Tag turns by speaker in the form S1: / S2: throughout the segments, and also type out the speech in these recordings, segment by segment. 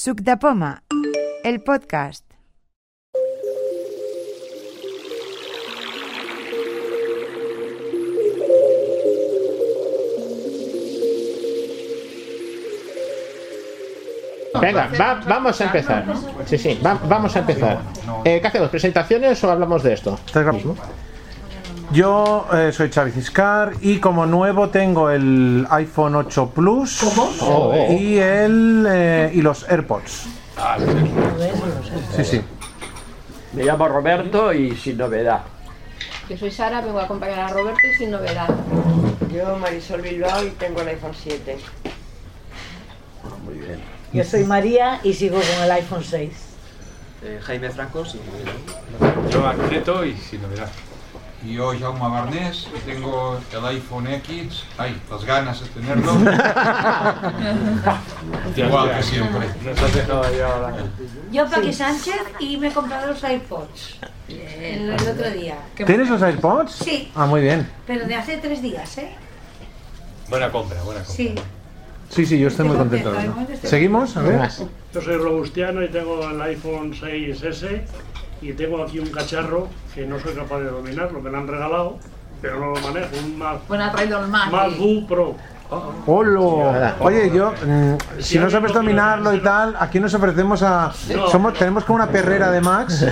S1: Suc de Poma, el podcast.
S2: Venga, va- vamos a empezar. Sí, sí, va- vamos a empezar. Eh, ¿Qué hacemos? ¿Presentaciones o hablamos de esto?
S3: ¿Estás grabando? Yo eh, soy Xavi Ciscar y como nuevo tengo el iPhone 8 Plus
S2: Oh, oh.
S3: y el eh, y los AirPods. Sí, sí.
S4: Me llamo Roberto y sin novedad.
S5: Yo soy Sara, vengo a acompañar a Roberto y sin novedad.
S6: Yo, Marisol Bilbao, y tengo el iPhone 7.
S7: Yo soy María y sigo con el iPhone 6.
S8: Jaime Franco, sin novedad.
S9: Yo Arqueto y sin novedad.
S10: Yo, Jaume Barnés, y tengo el iPhone X. Ay, las ganas de tenerlo. Igual que siempre.
S9: Nos has dejado ahí ahora.
S11: Yo, Paqui Sánchez, y me he comprado los iPods el, el otro día.
S3: ¿Tienes los AirPods?
S11: Sí.
S3: Ah, muy bien.
S11: Pero de hace tres días, ¿eh?
S9: Buena compra, buena compra.
S11: Sí.
S3: Sí, sí, yo estoy muy
S11: Estoy
S3: contento.
S11: contenta,
S3: ¿no?
S11: ¿eh?
S3: ¿Seguimos? A ver.
S12: Yo soy Robustiano y tengo el iPhone 6S y tengo aquí un cacharro que no soy capaz de dominar, lo que me han regalado, pero no lo manejo, un Mac,
S5: Bueno, ha traído el Mac.
S12: MacBook Pro.
S3: ¡Holo! Oye, yo, mm, si no sabes dominarlo y tal, aquí nos ofrecemos a...
S12: No.
S3: Somos, tenemos como una perrera de Max.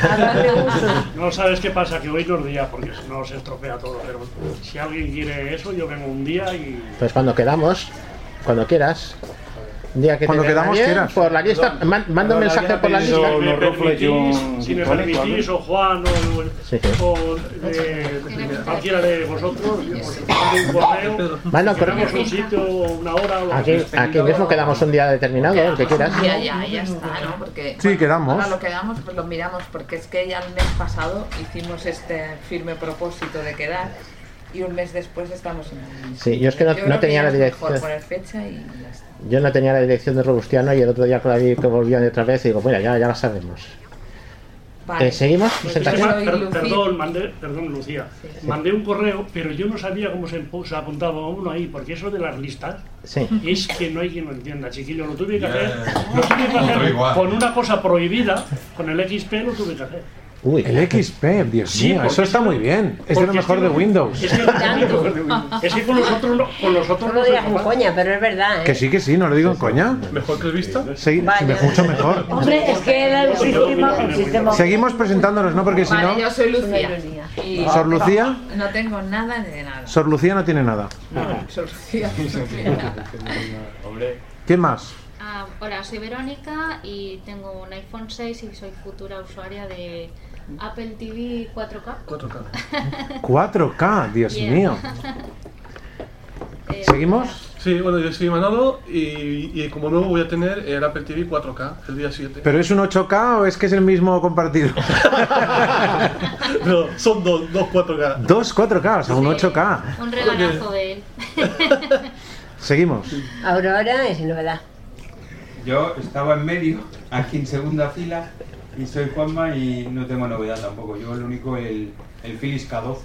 S12: No sabes qué pasa, que hoy no es día porque si no se estropea todo, pero si alguien quiere eso, yo vengo un día y...
S2: Pues cuando quedamos, cuando quieras. Un día que te
S12: Cuando
S2: venga
S12: quedamos,
S2: bien,
S12: quieras.
S2: Por la lista, man- manda un mensaje por la
S12: Si
S2: lista.
S12: me permitís, si me permitís, o Juan, o,
S2: Sí, sí.
S12: o, eh, cualquiera de vosotros, os mando un correo,
S2: Manda un correo.
S12: quedamos un sitio, una hora, o lo
S2: Aquí,
S12: que sea.
S2: aquí mismo quedamos un día determinado, el que quieras.
S13: Ya, ya, ya está, ¿no? Porque
S3: Sí, quedamos.
S13: ahora lo quedamos, pues lo miramos, porque es que ya el mes pasado hicimos este firme propósito de quedar y un mes después estamos en...
S2: Sí, yo es que no- no
S13: creo
S2: tenía
S13: ya
S2: la
S13: es
S2: dirección.
S13: Mejor poner fecha y ya está.
S2: Yo no tenía la dirección de Robustiano y el otro día que la vi que volvían otra vez digo, bueno, ya, ya la sabemos.
S13: Vale.
S2: Eh, ¿Seguimos?
S12: Es que
S2: ¿Presentación?
S12: per- perdón, mandé, perdón, Lucía. Mandé un correo, pero yo no sabía cómo se, empu- se apuntaba uno ahí, porque eso de las listas
S2: Sí.
S12: es que no hay quien lo entienda, chiquillo. Lo tuve que
S10: Ya,
S12: hacer,
S10: ya, ya.
S12: lo tuve que
S10: Otro
S12: hacer
S10: igual.
S12: con una cosa prohibida, con el XP lo tuve que hacer.
S2: Uy.
S3: El XP, Dios
S12: Sí,
S3: mío,
S12: porque
S3: eso está muy bien. Es de lo
S12: porque
S3: mejor de
S12: estoy-
S3: Windows.
S12: Es que, es que con los otros no, con los otros
S6: No lo
S12: soy
S6: digas en
S12: capaz.
S6: coña, pero es verdad, ¿eh?
S3: Que sí, que sí, no lo digo en coña.
S9: ¿Mejor que el visto?
S3: Sí,
S6: Vaya.
S3: sí, mucho mejor.
S7: Hombre, es que era el sistema. el sistema-
S3: Seguimos presentándonos, ¿no? Porque si
S13: Vale,
S3: no,
S13: yo soy Lucía. Y-
S3: ¿Sor Lucía?
S13: No tengo nada de nada.
S3: Sor Lucía no tiene nada.
S13: Sor Lucía no tiene nada.
S9: Hombre.
S3: ¿Quién más?
S14: Ah, hola, soy Verónica y tengo un iPhone 6 y soy futura usuaria de Apple TV 4K. 4K.
S3: 4K, Dios mío. ¿Seguimos?
S9: Sí, bueno, yo soy Manolo y, y como nuevo voy a tener el Apple TV 4K el día 7.
S3: ¿Pero es un 8K o es que es el mismo compartido?
S9: No, son dos, dos 4K.
S3: Dos 4K, o sea, un 8K.
S14: Un regalazo de él.
S3: Seguimos.
S6: Aurora es novedad.
S8: Yo estaba en medio, aquí en segunda fila, y soy Juanma y no tengo novedad tampoco. Yo el único, el, el Philips K12.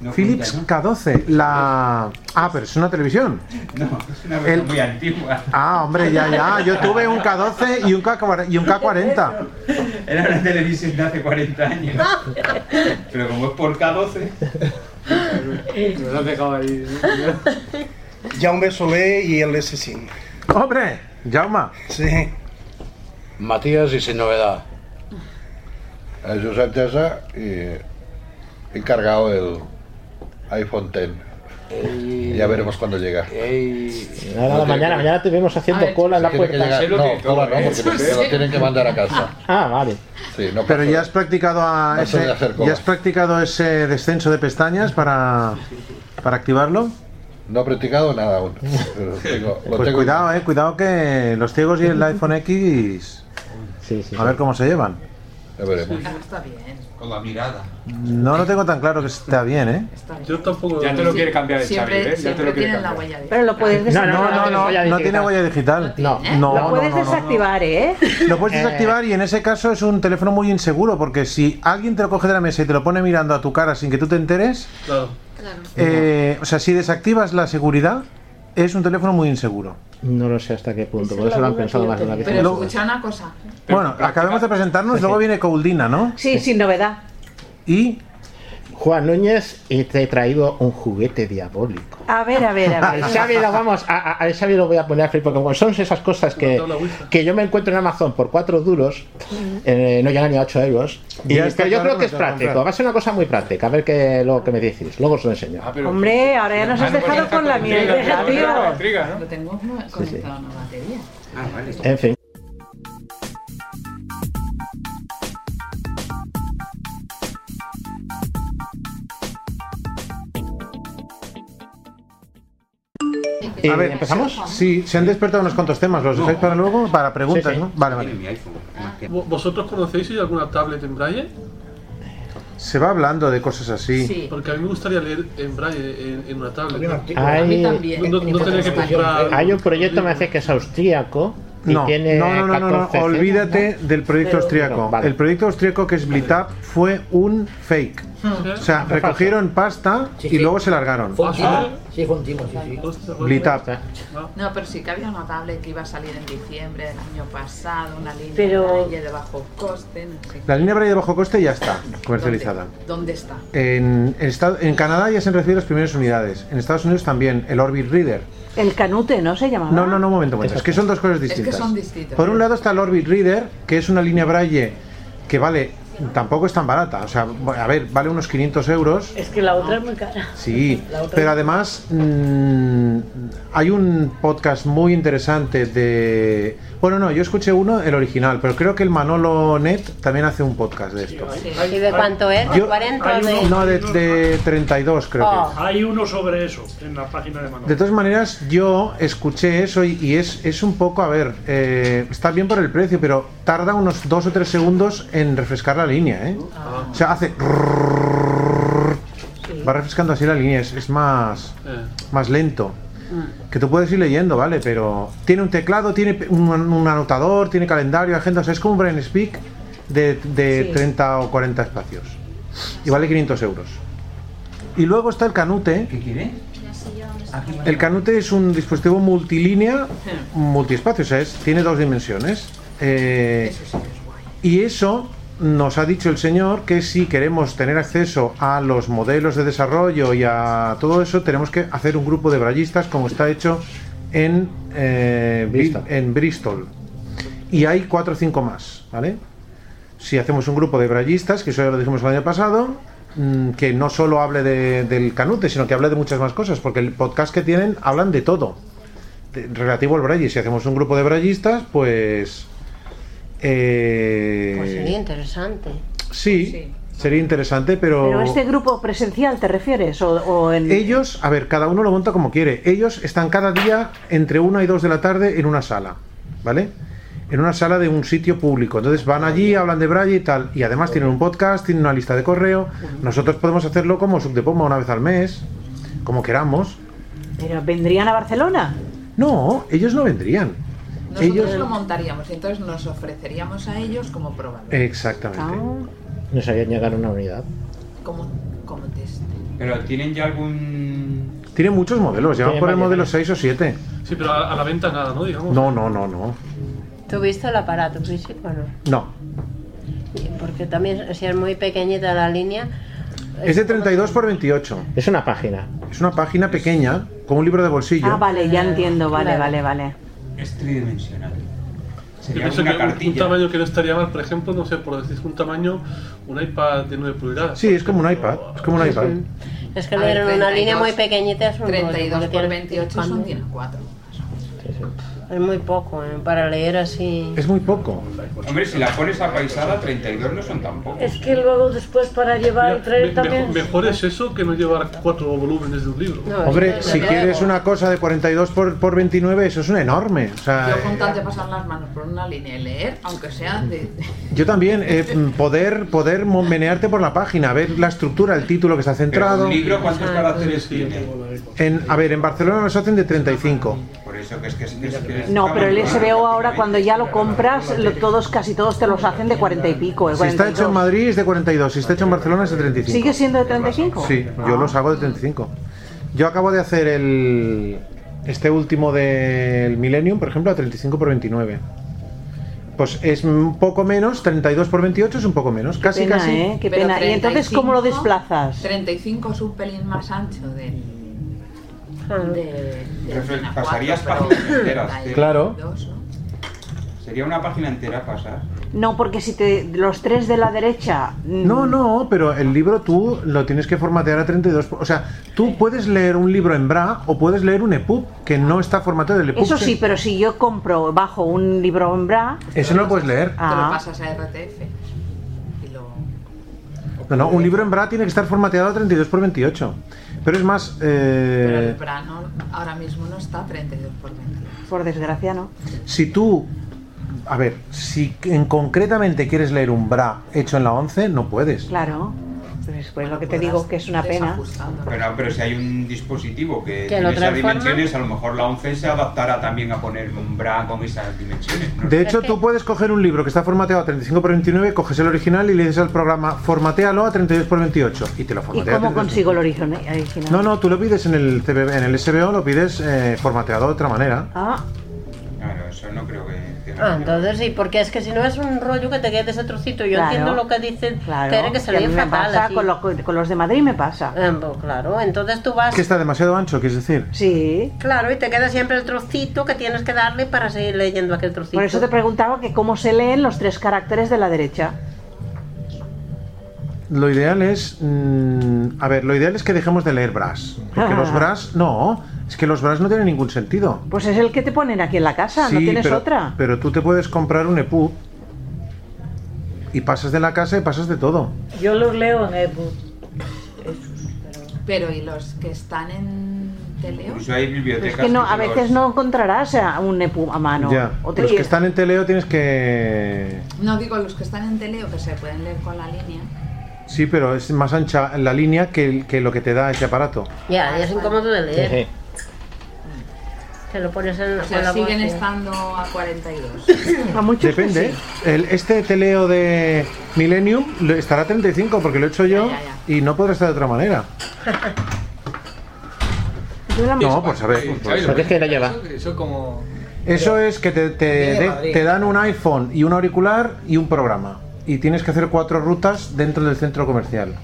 S8: No
S3: Philips
S8: cuenta,
S3: K12, la... Ah, pero es una televisión.
S8: ¿no? No, es una versión
S3: el-
S8: muy antigua.
S3: Ah, hombre, ya, ya. Yo tuve un K12 y un, K40, y un K40.
S8: Era una televisión de hace 40 años. Pero como es por K12,
S9: Nos has dejado ahí.
S15: Jaume Soler y el S5.
S3: ¡Hombre! ¡Jauma!
S15: Sí.
S16: Matías y sin novedad. Eh, Yo soy Tesa y encargado del iPhone X. Ya veremos cuando llega.
S2: Ahora,
S16: No tiene
S2: mañana,
S16: que-
S2: mañana te vemos haciendo cola en la
S16: Tiene que ¿eh?
S2: puerta.
S16: llegar- No, cola no, porque primero lo tienen que mandar a casa.
S2: Ah, vale.
S16: Sí, no
S3: Pero
S16: pasa-
S3: ya has practicado a
S16: No
S3: Ah, ese,
S16: suele hacer cola.
S3: ya has practicado ese descenso de pestañas para, para activarlo.
S16: No he practicado nada aún. pero tengo- lo
S3: Pues
S16: tengo-
S3: cuidado, eh, cuidado que los ciegos y el iPhone X. a ver cómo se llevan.
S16: Ya veremos.
S13: Ah, está bien.
S10: Con la mirada.
S3: No lo tengo tan claro que está bien, ¿eh?
S9: Yo tampoco.
S3: Ya te lo quiere cambiar el
S13: siempre,
S3: Xavi, ¿eh? Ya te lo
S13: siempre
S3: quiere
S13: tienen la
S3: cambiar.
S13: huella de...
S3: Pero lo puedes
S2: desactivar.
S3: No, no, no, no,
S2: No
S3: no
S2: tiene
S3: tiene huella digital. No, no, no.
S7: lo puedes
S3: no, no.
S7: desactivar, ¿eh?
S3: Lo
S2: Eh.
S3: puedes desactivar y en ese caso es un teléfono muy inseguro porque si alguien te lo coge de la mesa y te lo pone mirando a tu cara sin que tú te enteres,
S9: Claro.
S3: eh, o sea, si desactivas la seguridad, es un teléfono muy inseguro.
S2: No lo sé hasta qué punto, por eso lo han pensado más de una vez.
S13: Pero escucha una cosa.
S3: Bueno, acabamos de presentarnos, luego viene Coldina, ¿no?
S7: Sí, sin novedad.
S3: Y
S2: Juan Núñez, eh, te he traído un juguete diabólico.
S7: A ver, a ver, a
S2: Al
S7: ver.
S2: Xavi lo vamos, a, a- al Xavi lo voy a poner a flip, porque como son esas cosas que, que yo me encuentro en Amazon por 4 duros, eh, no llegan ni a 8 euros. Y-
S3: Ya está
S2: pero yo
S3: claro
S2: creo
S3: que
S2: que es
S3: te lo compré.
S2: práctico, va a ser una cosa muy práctica, a ver qué, lo que me decís, luego os lo enseño.
S7: Hombre, ahora ya nos has dejado con la mierda, tío.
S13: Lo tengo conectado a una batería. Ah, vale.
S2: En fin.
S3: Eh, A
S2: Eh,
S3: ver, ¿empezamos? Sí, se han despertado unos cuantos temas, ¿los dejáis para luego? Para preguntas,
S9: Sí, sí.
S3: ¿no? Vale, vale.
S9: ¿Vo- ¿Vosotros conocéis alguna tablet en braille?
S3: Se va hablando de cosas así.
S9: Porque a mí me gustaría leer en braille en, en una tablet.
S2: Hay- A mí también.
S9: No, no- no tener que comprar.
S2: Hay un proyecto, me hace que es austríaco. y
S3: No,
S2: tiene
S3: no, no, no, no, no,
S2: 14 ceros,
S3: olvídate
S2: ¿no?
S3: del proyecto
S2: Pero-
S3: austriaco.
S2: Vale.
S3: El proyecto austriaco que es Blitap fue un fake.
S13: ¿Eh? Hmm.
S3: O sea,
S17: Fue
S3: recogieron pasta y luego se largaron.
S17: Fue un timo. Sí, fue un timo, sí, sí.
S3: Blitap.
S13: No, pero sí que había una tablet que iba a salir en diciembre del año pasado, una línea
S7: Pero-
S13: de bajo coste, no sé.
S3: La línea Braille de bajo coste ya está comercializada.
S13: ¿Dónde está?
S3: En, en Estado- en Canadá ya se han recibido las primeras unidades. En Estados Unidos también, el Orbit Reader.
S7: El canute, ¿no se llamaba?
S3: No, no, no, un momento, un momento. Es que son dos cosas
S7: Ah. Es que
S3: distintas.
S7: son distintas.
S3: Por un lado está el Orbit Reader, que es una línea Braille que vale, tampoco es tan barata. O sea, a ver, vale unos 500 euros.
S7: Es que la otra es muy cara.
S3: Sí,
S7: La otra-
S3: pero además mm, hay un podcast muy interesante de... Bueno, no, yo escuché uno, el original, pero creo que el Manolo Net también hace un podcast de esto.
S18: ¿Y de cuánto es? ¿De
S3: Yo-
S18: 40 o de...?
S3: No, de, de 32 creo que es.
S12: Hay uno sobre eso en la página de Manolo.
S3: De todas maneras, yo escuché eso y, y es, es un poco, a ver, eh, está bien por el precio, pero tarda unos dos o tres segundos en refrescar la línea, ¿eh? O sea, hace... Va refrescando así la línea, es, es más,
S13: Eh.
S3: más lento. Que tú puedes ir leyendo, ¿vale? Pero tiene un teclado, tiene pe- un, un anotador, tiene calendario, agenda, o sea, es como un Brain Speak de, de
S17: Sí.
S3: 30 o 40 espacios. Y vale 500 euros. Y luego está el Canute. ¿Qué quiere? El canute es un dispositivo multilínea, multiespacio, o sea, es- tiene dos dimensiones. Eh, y eso nos ha dicho el señor que si queremos tener acceso a los modelos de desarrollo y a todo eso, tenemos que hacer un grupo de brayistas como está hecho en, eh, Bi- en Bristol. Y hay cuatro o cinco más, ¿vale? si hacemos un grupo de brayistas, que eso ya lo dijimos el año pasado, mm, que no solo hable de- del canute, sino que hable de muchas más cosas, porque el podcast que tienen hablan de todo, de- relativo al braille. Si hacemos un grupo de brayistas, pues... eh,
S18: Pues sería interesante.
S3: sí, sería interesante, pero...
S7: ¿Pero este grupo presencial te refieres? ¿O, o en...
S3: Ellos, a ver, cada uno lo monta como quiere. Ellos están cada día entre 1 y 2 de la tarde en una sala, ¿vale? En una sala de un sitio público. Entonces van allí, hablan de Braille y tal. Y además tienen un podcast, tienen una lista de correo. Nosotros podemos hacerlo como Subdepoma una vez al mes, como queramos.
S7: ¿Pero vendrían a Barcelona?
S3: No, ellos no vendrían.
S13: Nosotros
S3: Ellos.
S13: lo montaríamos y entonces nos ofreceríamos a ellos como probador.
S3: Exactamente.
S2: Nos habían llegado una unidad.
S13: Como, como test.
S8: Pero tienen ya algún.
S3: Tienen muchos modelos, ya van
S8: Tienen
S3: por el
S8: varias,
S3: modelo 6 o 7.
S9: Sí, pero a, a la venta nada, ¿no? Digamos.
S3: No, no, no, no.
S18: ¿Tú viste el aparato físico o no?
S3: No.
S18: Porque también, si es muy pequeñita la línea...
S3: Es de 32 por 28.
S2: Es una página.
S3: Es una página pequeña, como un libro de bolsillo.
S7: Ah, vale, ya entiendo, vale,
S9: Claro.
S7: vale, vale.
S8: Es tridimensional.
S9: Yo
S8: Sería
S9: pienso
S8: una
S9: que un- un,
S8: cartilla.
S9: tamaño que no estaría mal, por ejemplo, no sé, por decir un tamaño, un iPad de 9 pulgadas.
S3: Sí, es como un iPad. Es como un iPad.
S18: Es que
S13: A
S18: le
S13: ver,
S18: dieron una
S13: 32,
S18: línea muy pequeñita, es un rollo,
S13: 32
S18: porque
S13: por
S18: tienes que ir
S13: 28 son
S18: cuando-
S13: 10 4.
S18: Es muy poco, ¿eh? para leer así...
S3: Es muy poco.
S8: Hombre, si la pones apaisada, 32 no son tampoco.
S7: Es que luego después para llevar y traer
S9: Mejor, mejor es eso que no llevar cuatro volúmenes de un libro.
S3: Hombre, si quieres una cosa de 42 por, por 29, eso es un enorme. O
S7: Ah,
S3: sea,
S13: Yo con
S3: eh,
S13: tal de pasar las manos por una línea y leer, aunque sea de...
S3: yo también, eh, mm, poder, poder mo- menearte por la página, ver la estructura, el título que está
S8: Pero
S3: centrado.
S8: un libro,
S3: Ah.
S8: ¿cuántos caracteres tiene?
S3: En, a ver, en Barcelona nos hacen de 35.
S8: Por eso que es que es. que es- que es-
S7: No, pero el SBO ahora cuando ya lo compras, lo- todos, casi todos te los hacen de 40 Pues y pico. el
S3: Si está hecho en
S7: 42.
S3: Madrid es de 42, si está hecho en Barcelona es de 35. Ah,
S7: ¿Sigue siendo de 35?
S3: Sí, yo los hago de 35. Yo acabo de hacer el, Este último del Millennium, por ejemplo, a 35 por 29. Pues es un poco menos, 32 por 28 es un poco menos, casi
S7: pena,
S3: casi.
S7: ¿eh? Qué
S13: Pero
S7: pena. ¿Y entonces cómo lo
S13: 35,
S7: desplazas?
S13: 35 es un pelín más ancho del. De,
S8: Entonces, Pasarías páginas enteras. ¿eh?
S3: Vale. Claro.
S8: Sería una página entera pasar.
S7: No, porque si te los tres de la derecha. mm,
S3: No, no, pero el libro tú lo tienes que formatear a 32. O sea, tú puedes leer un libro en BRA o puedes leer un EPUB que no está formateado. El EPUB
S7: Eso
S3: se-
S7: sí, pero si yo compro bajo un libro en bra,
S3: Eso no lo puedes leer.
S13: Te lo
S7: Ah.
S13: pasas a RTF. Y lo.
S3: No, no, un libro en BRA tiene que estar formateado a 32 por 28. Pero es más.
S13: Pero el
S3: eh,
S13: bra no- ahora mismo no está a 32 por 20.
S7: por desgracia no.
S3: Si tú, a ver, si en concretamente quieres leer un bra hecho en la 11, no puedes.
S7: Claro. Pues, pues lo que te digo que es una pena.
S8: Pero, pero si hay un dispositivo que,
S7: Que
S8: tiene
S7: lo
S8: esas
S7: transforma.
S8: dimensiones, a lo mejor la 11 se adaptará también a poner un bra con esas dimensiones. ¿no?
S3: De hecho, tú puedes coger un libro que está formateado a 35 por 29, coges el original y le dices al programa, formatealo a 32 por 28 y te lo
S7: ¿Y
S3: formatea. a
S7: cómo
S3: 32.
S7: consigo el origen- original?
S3: eh? No, no, tú lo pides en el, CBB en el SBO, lo pides eh, formateado de otra manera.
S7: Ah,
S8: Claro, eso no creo que.
S18: Ah, entonces sí, porque es que si no es un rollo que te quede ese trocito. Yo
S7: Claro.
S18: entiendo lo que dicen,
S7: claro.
S18: pero que se
S7: a
S18: leía
S7: mí me
S18: fatal.
S7: pasa
S18: así.
S7: con, lo- con los de Madrid me pasa.
S18: Ah, pues claro, entonces tú vas.
S3: Que está demasiado ancho, quieres decir.
S7: Sí.
S18: Claro, y te queda siempre el trocito que tienes que darle para seguir leyendo aquel trocito.
S7: Por eso te preguntaba que cómo se leen los tres caracteres de la derecha.
S3: Lo ideal es. mm, a ver, lo ideal es que dejemos de leer bras. Porque
S7: Ah.
S3: los bras. No, es que los bras no tienen ningún sentido.
S7: Pues es el que te ponen aquí en la casa, Ah, no
S3: Sí,
S7: tienes
S3: pero,
S7: otra.
S3: Pero tú te puedes comprar un EPUB y pasas de la casa y pasas de todo.
S13: Yo los leo en ebook. Pero ¿y los que están en Teleo?
S3: Pues
S8: Incluso hay bibliotecas.
S7: Es que no,
S8: que
S7: a
S8: los-
S7: veces no encontrarás a un EPU a mano.
S3: ya.
S7: O te-
S3: Los que están en Teleo tienes que.
S13: No digo los que están en Teleo que se pueden leer con la línea.
S3: Sí, pero es más ancha la línea que, el- que lo que te da ese aparato.
S18: Ya, ya es incómodo de leer. Te lo pones en
S13: O
S18: con
S13: sea,
S18: la eh.
S13: siguen
S18: bolsa.
S13: estando a 42.
S3: Depende. El, este Teleo de Millennium lo- estará a 35 porque lo he hecho yo y no podrá estar de otra manera.
S18: eh,
S3: No, pues a ver. pues-
S2: ¿Por qué es que la lleva?
S17: Eso como...
S3: Eso es que te, te-
S17: Viene de
S3: de-
S17: Madrid.
S3: te dan un iPhone y un auricular y un programa. Y tienes que hacer cuatro rutas dentro del centro comercial.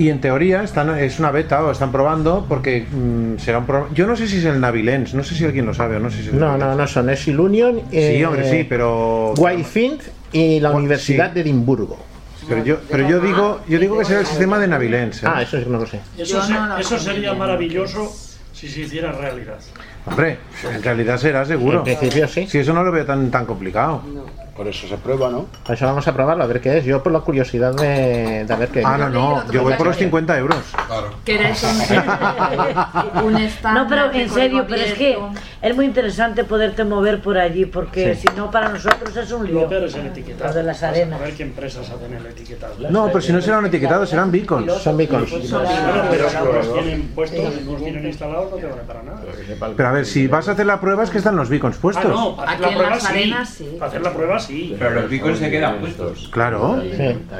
S3: Y en teoría están, es una beta o están probando porque mm, será un programa. Yo no sé si es el Navilens, no sé si alguien lo sabe o no sé si es el
S2: No, no, no son, es eh, Ilunion.
S3: Sí, hombre, sí, pero.
S2: Whitefield y la Universidad de Edimburgo.
S3: Pero yo, pero yo digo, yo digo que será el sistema de Navilens.
S2: Ah, eso es que no lo sé.
S12: Eso, se-
S13: no la
S12: eso sería
S13: conviene.
S12: maravilloso si se hiciera realidad.
S3: Hombre, en realidad será seguro.
S2: En principio sí.
S3: Si eso no lo veo tan, tan complicado.
S2: Por eso se prueba, ¿no? Por eso vamos a probarlo, a ver qué es. Yo por la curiosidad de, de ver qué
S3: Ah, no, no, yo voy por los 50 euros.
S13: ¿Queréis un, un estándar?
S11: No, pero
S13: de
S11: en serio,
S13: código
S11: pero es que
S13: abierto?
S11: es muy interesante poderte mover por allí, porque
S12: Sí.
S11: si no, para nosotros es un lío.
S12: Lo peor es el etiquetado.
S11: Lo de las
S12: Vas
S11: arenas.
S12: A ver qué empresas hacen el etiquetado.
S3: No, pero si no serán etiquetados, serán beacons. Son beacons.
S12: Bueno, pero si no los tienen puestos, si no los tienen instalados, no te vale para nada.
S3: Pero a ver, si vas a hacer la prueba es que están los beacons puestos.
S12: Ah, no, para hacer la
S13: Aquí en
S12: prueba
S13: las
S12: sí.
S13: arenas sí.
S12: Para hacer la prueba sí.
S8: Pero los beacons se quedan puestos.
S3: Claro.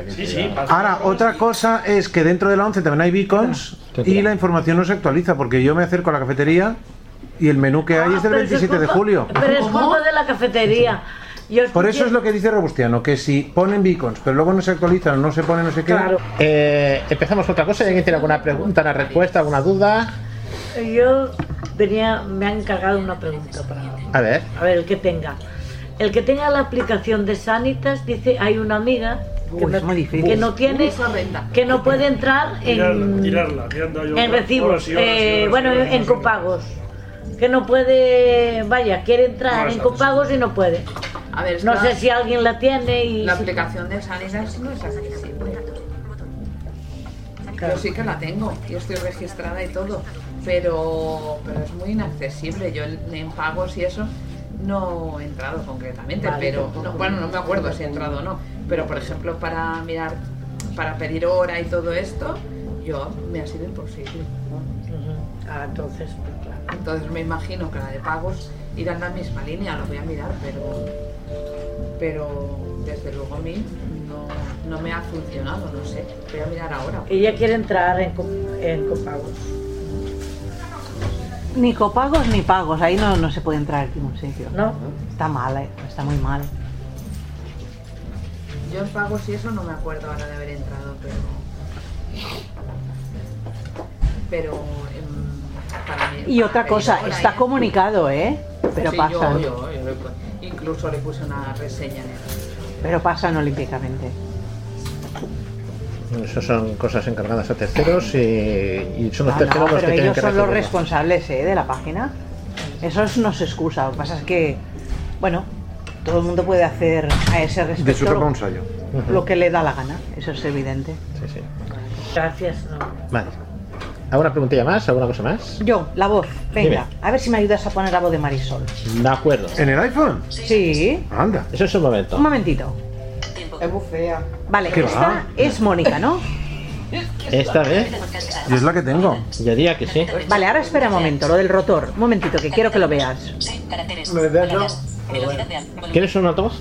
S12: Sí, sí. para-
S3: Ahora, otra cosa es que dentro de la 11 también hay beacons
S2: Ah,
S3: y la información no se actualiza porque yo me acerco a la cafetería y el menú que hay es del
S11: Ah, pero eso es
S3: 27 de
S11: culpa-
S3: julio.
S11: Pero es culpa de la cafetería. Yo
S3: Por eso es
S11: escuché-
S3: lo que dice Robustiano, que si ponen beacons pero luego no se actualizan, no se pone no sé qué.
S2: Eh, empezamos con otra cosa. ¿Alguien tiene alguna pregunta, una respuesta, alguna duda?
S11: Yo tenía, me han encargado una pregunta para mí.
S2: A ver.
S11: A ver, el que tenga. El que tenga la aplicación de Sanitas dice, hay una amiga que,
S7: Uy,
S11: no,
S7: es muy difícil.
S11: que no tiene, que no puede entrar
S12: Tirarla,
S11: en,
S12: tirarla, tirando yo.
S11: en recibos,
S12: Horas y horas y
S11: eh,
S12: horas y
S11: bueno,
S12: horas.
S11: en copagos. Que no puede, vaya, quiere
S13: No,
S11: entrar en
S13: está
S11: copagos y no puede.
S13: A ver,
S11: No
S13: está-
S11: sé si alguien la tiene y...
S13: La aplicación de pues, Sanitas no es accesible. Yo sí que la tengo, yo estoy registrada y todo, pero, pero es muy inaccesible. Yo en en pagos y eso no he entrado concretamente,
S18: Vale,
S13: pero
S18: tampoco.
S13: no, bueno, no me acuerdo si he entrado o no. Pero por ejemplo, para mirar, para pedir hora y todo esto, yo me ha sido imposible.
S11: Ah, entonces,
S18: pues
S13: Entonces me imagino que la de pagos irá en la misma línea, lo voy a mirar, pero, pero desde luego a mí no, no me ha funcionado, no sé. Voy a mirar ahora.
S11: Ella quiere entrar en, co- en copagos.
S7: Ni copagos ni pagos, ahí no, no se puede entrar en ningún sitio.
S11: No.
S7: Está mal, eh, está muy mal.
S13: Yo en pagos y eso no me acuerdo ahora de haber entrado, pero. Pero. em, para mí-
S7: Y
S13: para
S7: otra
S13: pedir
S7: cosa,
S13: por
S7: está
S13: ahí-
S7: comunicado, ¿eh? Pero
S13: Sí, yo-
S7: pasa,
S13: yo- yo le pu- incluso le puse una reseña en el.
S7: pero pasan olímpicamente.
S2: Eso son cosas encargadas a terceros y, y son los
S7: Ah, No, no,
S2: terceros los que
S7: pero
S2: tienen
S7: ellos
S2: que
S7: son los
S2: resolverlo.
S7: responsables ¿eh? de la página. Eso es- no se excusa. Lo que pasa es que, bueno, todo el mundo puede hacer a ese
S3: De su
S7: respecto
S3: propio
S7: lo,
S3: ensayo.
S7: lo que le da la gana. Eso es evidente.
S2: Sí,
S11: Gracias, no.
S2: Vale. ¿Alguna preguntilla más? ¿Alguna cosa más?
S7: Yo, la voz. Venga, a ver si me ayudas a poner la voz de Marisol.
S2: De acuerdo.
S3: ¿En el iPhone?
S7: Sí.
S3: Anda.
S2: Eso es un momento.
S7: Un momentito.
S6: Es muy fea.
S7: Vale,
S2: ¿Qué
S7: esta
S2: va?
S7: es Mónica, ¿no?
S2: Esta vez.
S3: Y es la que tengo.
S2: Yo diría que sí.
S7: Vale, ahora espera un momento, lo del rotor. Un momentito, que quiero que lo veas.
S2: ¿Quieres un altavoz?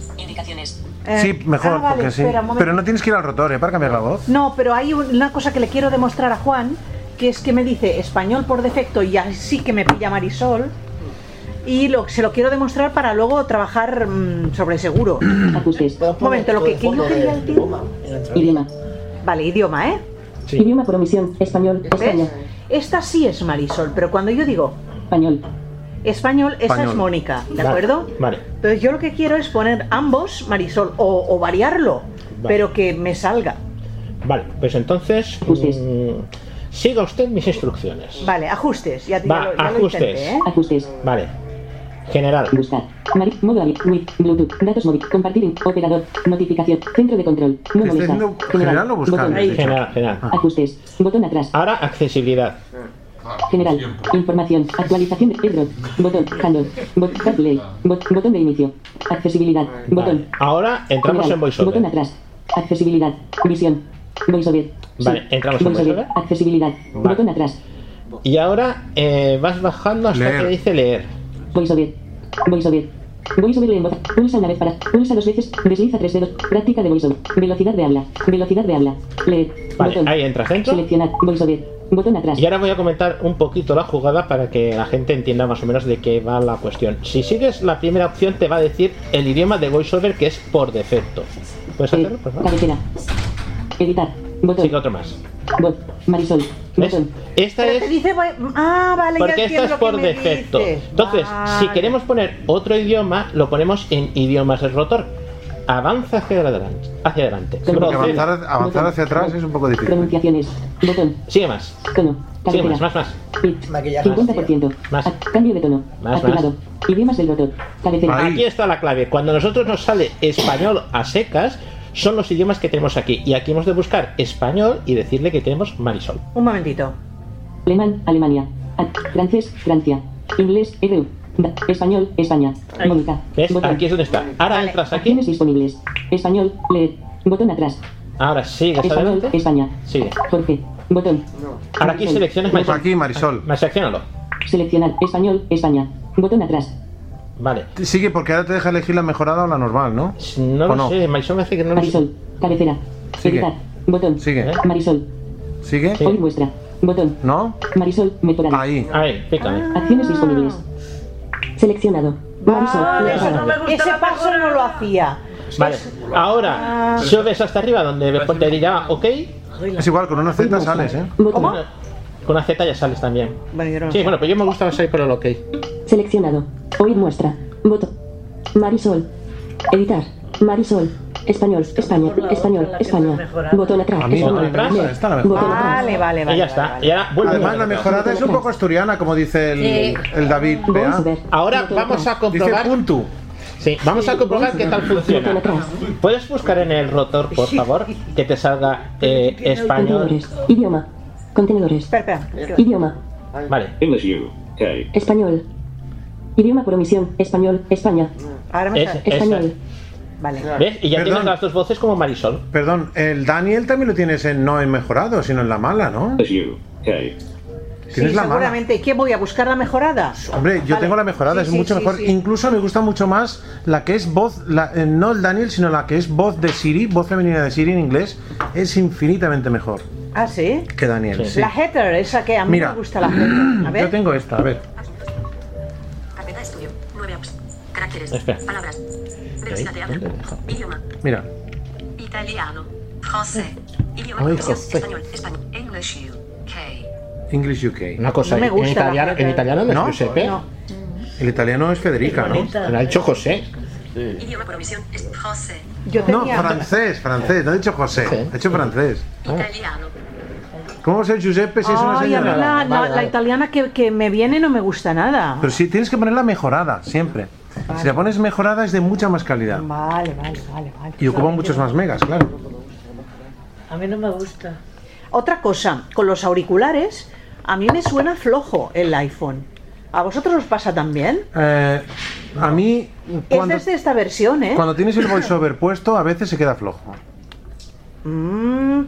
S7: Eh,
S3: sí, mejor,
S7: ah, vale,
S3: porque sí.
S7: espera, un momento.
S3: Pero no tienes que ir al rotor, ¿eh? Para cambiar la voz.
S7: No, pero hay un- una cosa que le quiero demostrar a Juan, que es que me dice español por defecto y así que me pilla Marisol. Y lo, se lo quiero demostrar para luego trabajar mm, sobre seguro. Un momento, lo que, que yo quería decir.
S19: Idioma.
S7: Vale, idioma, ¿eh?
S19: Idioma por omisión. Español. España.
S7: Esta sí es Marisol, pero cuando yo digo
S19: Español.
S7: español, esa
S19: Español.
S7: es Mónica, ¿de
S19: Vale.
S7: acuerdo?
S2: Vale.
S7: Entonces yo lo que quiero es poner ambos, Marisol, o, o variarlo,
S2: Vale.
S7: pero que me salga.
S2: Vale, pues entonces. mm, siga usted mis instrucciones.
S7: Vale, ajustes, ya, ya
S2: Va,
S7: lo, ya lo
S2: ajustes.
S7: intenté, ¿eh?
S19: Ajustes.
S2: Vale. General.
S19: Buscar. Mari- modo avi- wi- Bluetooth. Datos móvil. Compartir. en- Operador. Notificación. Centro de control. No
S2: ¿Está
S19: molestar.
S2: diciendo general o buscar,
S19: Botón. Ah.
S2: has dicho? General, general.
S19: Ajustes. Botón atrás.
S2: Ahora accesibilidad.
S19: General. Información. Actualización de Pedro. Botón. Handle. Bot, CarPlay. Bot- botón de inicio. Accesibilidad. Botón.
S2: Ahora entramos
S19: General.
S2: en VoiceOver.
S19: Botón atrás. Accesibilidad. Visión. VoiceOver.
S2: Vale, entramos en
S19: VoiceOver. Accesibilidad. Botón atrás.
S2: Y ahora eh, vas bajando hasta
S19: Leer.
S2: que dice leer.
S19: VoiceOver. VoiceOver. VoiceOver en voz. Pulsa una vez para. Pulsa dos veces. Desliza tres dedos. Práctica de VoiceOver. Velocidad de habla. Velocidad de habla. Leer.
S2: Vale,
S19: Botón.
S2: ahí entras dentro.
S19: Seleccionar. VoiceOver. Botón atrás.
S2: Y ahora voy a comentar un poquito la jugada para que la gente entienda más o menos de qué va la cuestión. Si sigues la primera opción te va a decir el idioma de VoiceOver que es por defecto. ¿Puedes hacerlo? Pues Por favor?
S19: Eh, Cabecera. Editar. Botón.
S2: Sigue otro más.
S19: Bot. Marisol.
S2: ¿Ves? Esta
S7: Pero
S2: es
S7: te dice, bueno, ah, vale, ya
S2: porque esta
S7: entiendo
S2: es
S7: lo que
S2: por
S7: me
S2: defecto.
S7: dices.
S2: Entonces, si queremos poner otro idioma, lo ponemos en idiomas del rotor. Avanza hacia adelante. Hacia adelante.
S3: Sí, porque
S2: Procede.
S3: avanzar, avanzar hacia atrás es un poco difícil.
S19: Pronunciaciones. Botón.
S2: Sigue más.
S19: Tono.
S2: Sigue
S19: Cabecera.
S2: más, más, más.
S19: Bit.
S2: Maquillaje.
S19: 50%.
S2: Más.
S19: Ac- Cambio de tono.
S2: Más,
S19: Activado. Idiomas del rotor. Cabecera.
S2: Aquí está la clave. Cuando a nosotros nos sale español a secas, son los idiomas que tenemos aquí. Y aquí hemos de buscar español y decirle que tenemos Marisol.
S7: Un momentito.
S19: Alemán. Alemania. Ac- Francés. Francia. Inglés. RU. Da- Español. España. Mónica.
S2: ¿Ves?
S19: Botón.
S2: Aquí es donde está. Ahora entras aquí.
S19: Acciones disponibles. Español. Leer. Botón atrás.
S2: Ahora sigues
S19: Español.
S2: adelante.
S19: España.
S2: Sigue.
S19: Jorge. Botón.
S2: Ahora aquí
S19: Marisol.
S2: seleccionas Marisol. Aquí Marisol. Seleccionalo.
S19: Seleccionar. Español. España. Botón atrás.
S2: Vale.
S3: Sigue, porque ahora te deja elegir la mejorada o la normal, ¿no?
S2: No
S3: ¿O
S2: lo sé, Marisol me hace que no lo sé.
S19: Marisol. Cabecera.
S3: Sigue.
S19: Editar. Botón.
S3: Sigue.
S19: Marisol.
S3: Sigue.
S19: Hoy vuestra. Botón.
S3: ¿No?
S19: Marisol. Mejorada.
S3: Ahí.
S2: Ahí,
S19: Acciones disponibles. Seleccionado. Marisol. mejorada.
S7: Ese paso no lo hacía. Ah,
S2: Vale. Ahora subes hasta arriba donde te dirá ok.
S3: Ah, Es igual, con una Z sales, ¿eh?
S2: ¿Cómo? Con una Z ya sales también. Sí, bueno, pues yo me gusta salir por el ok.
S19: Seleccionado. Oír muestra. Voto. Marisol. Editar. Marisol. Español. Español. Español. España. Botón atrás.
S3: A mí no
S19: Español.
S3: me gusta,
S19: Leer.
S3: esta la
S19: Botón
S3: mejorada.
S19: atrás.
S7: Vale, vale, vale.
S2: ya está. Y ahora vuelve
S3: Además,
S2: a
S3: la
S2: la
S3: mejorada es un poco asturiana, como dice el,
S2: Sí.
S3: el David.
S2: Vamos
S3: Bea.
S2: a ver. Ahora vamos a comprobar-
S3: Dice punto.
S2: Sí, vamos a comprobar qué tal funciona. ¿Puedes buscar en el rotor, por favor, que te salga eh, español?
S19: Contenedores. Idioma. Contenedores. Idioma.
S2: Vale.
S19: Español. Idioma por omisión. Español. España.
S2: Es- sale.
S19: Español.
S7: Vale.
S2: ¿Ves? Y ya tienes las dos voces como Marisol.
S3: Perdón, el Daniel también lo tienes en, no en mejorado, sino en la mala, ¿no? Tienes
S7: Sí,
S3: la mala.
S7: seguramente. ¿Qué voy a buscar la mejorada?
S3: Hombre, yo
S7: Vale.
S3: tengo la mejorada,
S7: Sí,
S3: es
S7: sí,
S3: mucho
S7: sí,
S3: mejor.
S7: sí.
S3: Incluso me gusta mucho más la que es voz, la- eh, no el Daniel, sino la que es voz de Siri, voz femenina de Siri en inglés, es infinitamente mejor
S7: Ah, sí.
S3: que Daniel. sí.
S7: La header, esa que a mí
S3: Mira.
S7: me gusta la header. A
S3: Yo
S7: ver.
S3: tengo esta, a ver.
S20: nombres.
S2: Espera.
S20: Palabras. Velocidad de habla. Idioma.
S3: Mira,
S20: Italiano. José. Idioma.
S3: Ay,
S20: oficial,
S3: José.
S20: Español. Español. English. UK.
S3: English UK.
S2: Una cosa, No me en gusta la italiano- en italiano no es Giuseppe. No.
S3: El italiano es Federica, ¿no?
S20: Bonita. Lo ha dicho
S2: José.
S20: Idioma provisión. Es José.
S3: No, francés, francés, no ha dicho José, ha dicho francés.
S20: Italiano.
S3: ¿Cómo va a ser Giuseppe si es una
S7: Ah. Ay, a mí
S3: señora?
S7: la, la- la italiana que, que me viene no me gusta nada.
S3: Pero sí, tienes que ponerla mejorada, siempre. Si la pones mejorada es de mucha más calidad.
S7: Vale, vale, vale, vale.
S3: Y ocupa muchos más megas, claro.
S7: A mí no me gusta. Otra cosa, con los auriculares, a mí me suena flojo el iPhone. ¿A vosotros os pasa también?
S3: Eh, a mí,
S7: Es
S3: cuando,
S7: desde esta versión, ¿eh?
S3: cuando tienes el voiceover puesto, a veces se queda flojo.
S7: Mm,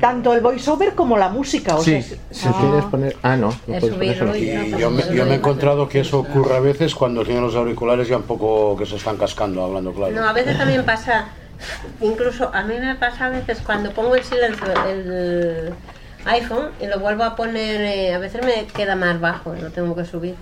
S7: tanto el voiceover como la música, o sea,
S2: Sí,
S7: es-
S2: si quieres poner. Ah, no, no puedes poner solo.
S16: Y yo me, yo me he encontrado que eso ocurre a veces cuando tienen los auriculares ya un poco que se están cascando, hablando claro.
S18: No, a veces también pasa, incluso a mí me pasa a veces cuando pongo el silencio el iPhone y lo vuelvo a poner, eh, a veces me queda más bajo, lo tengo que subir.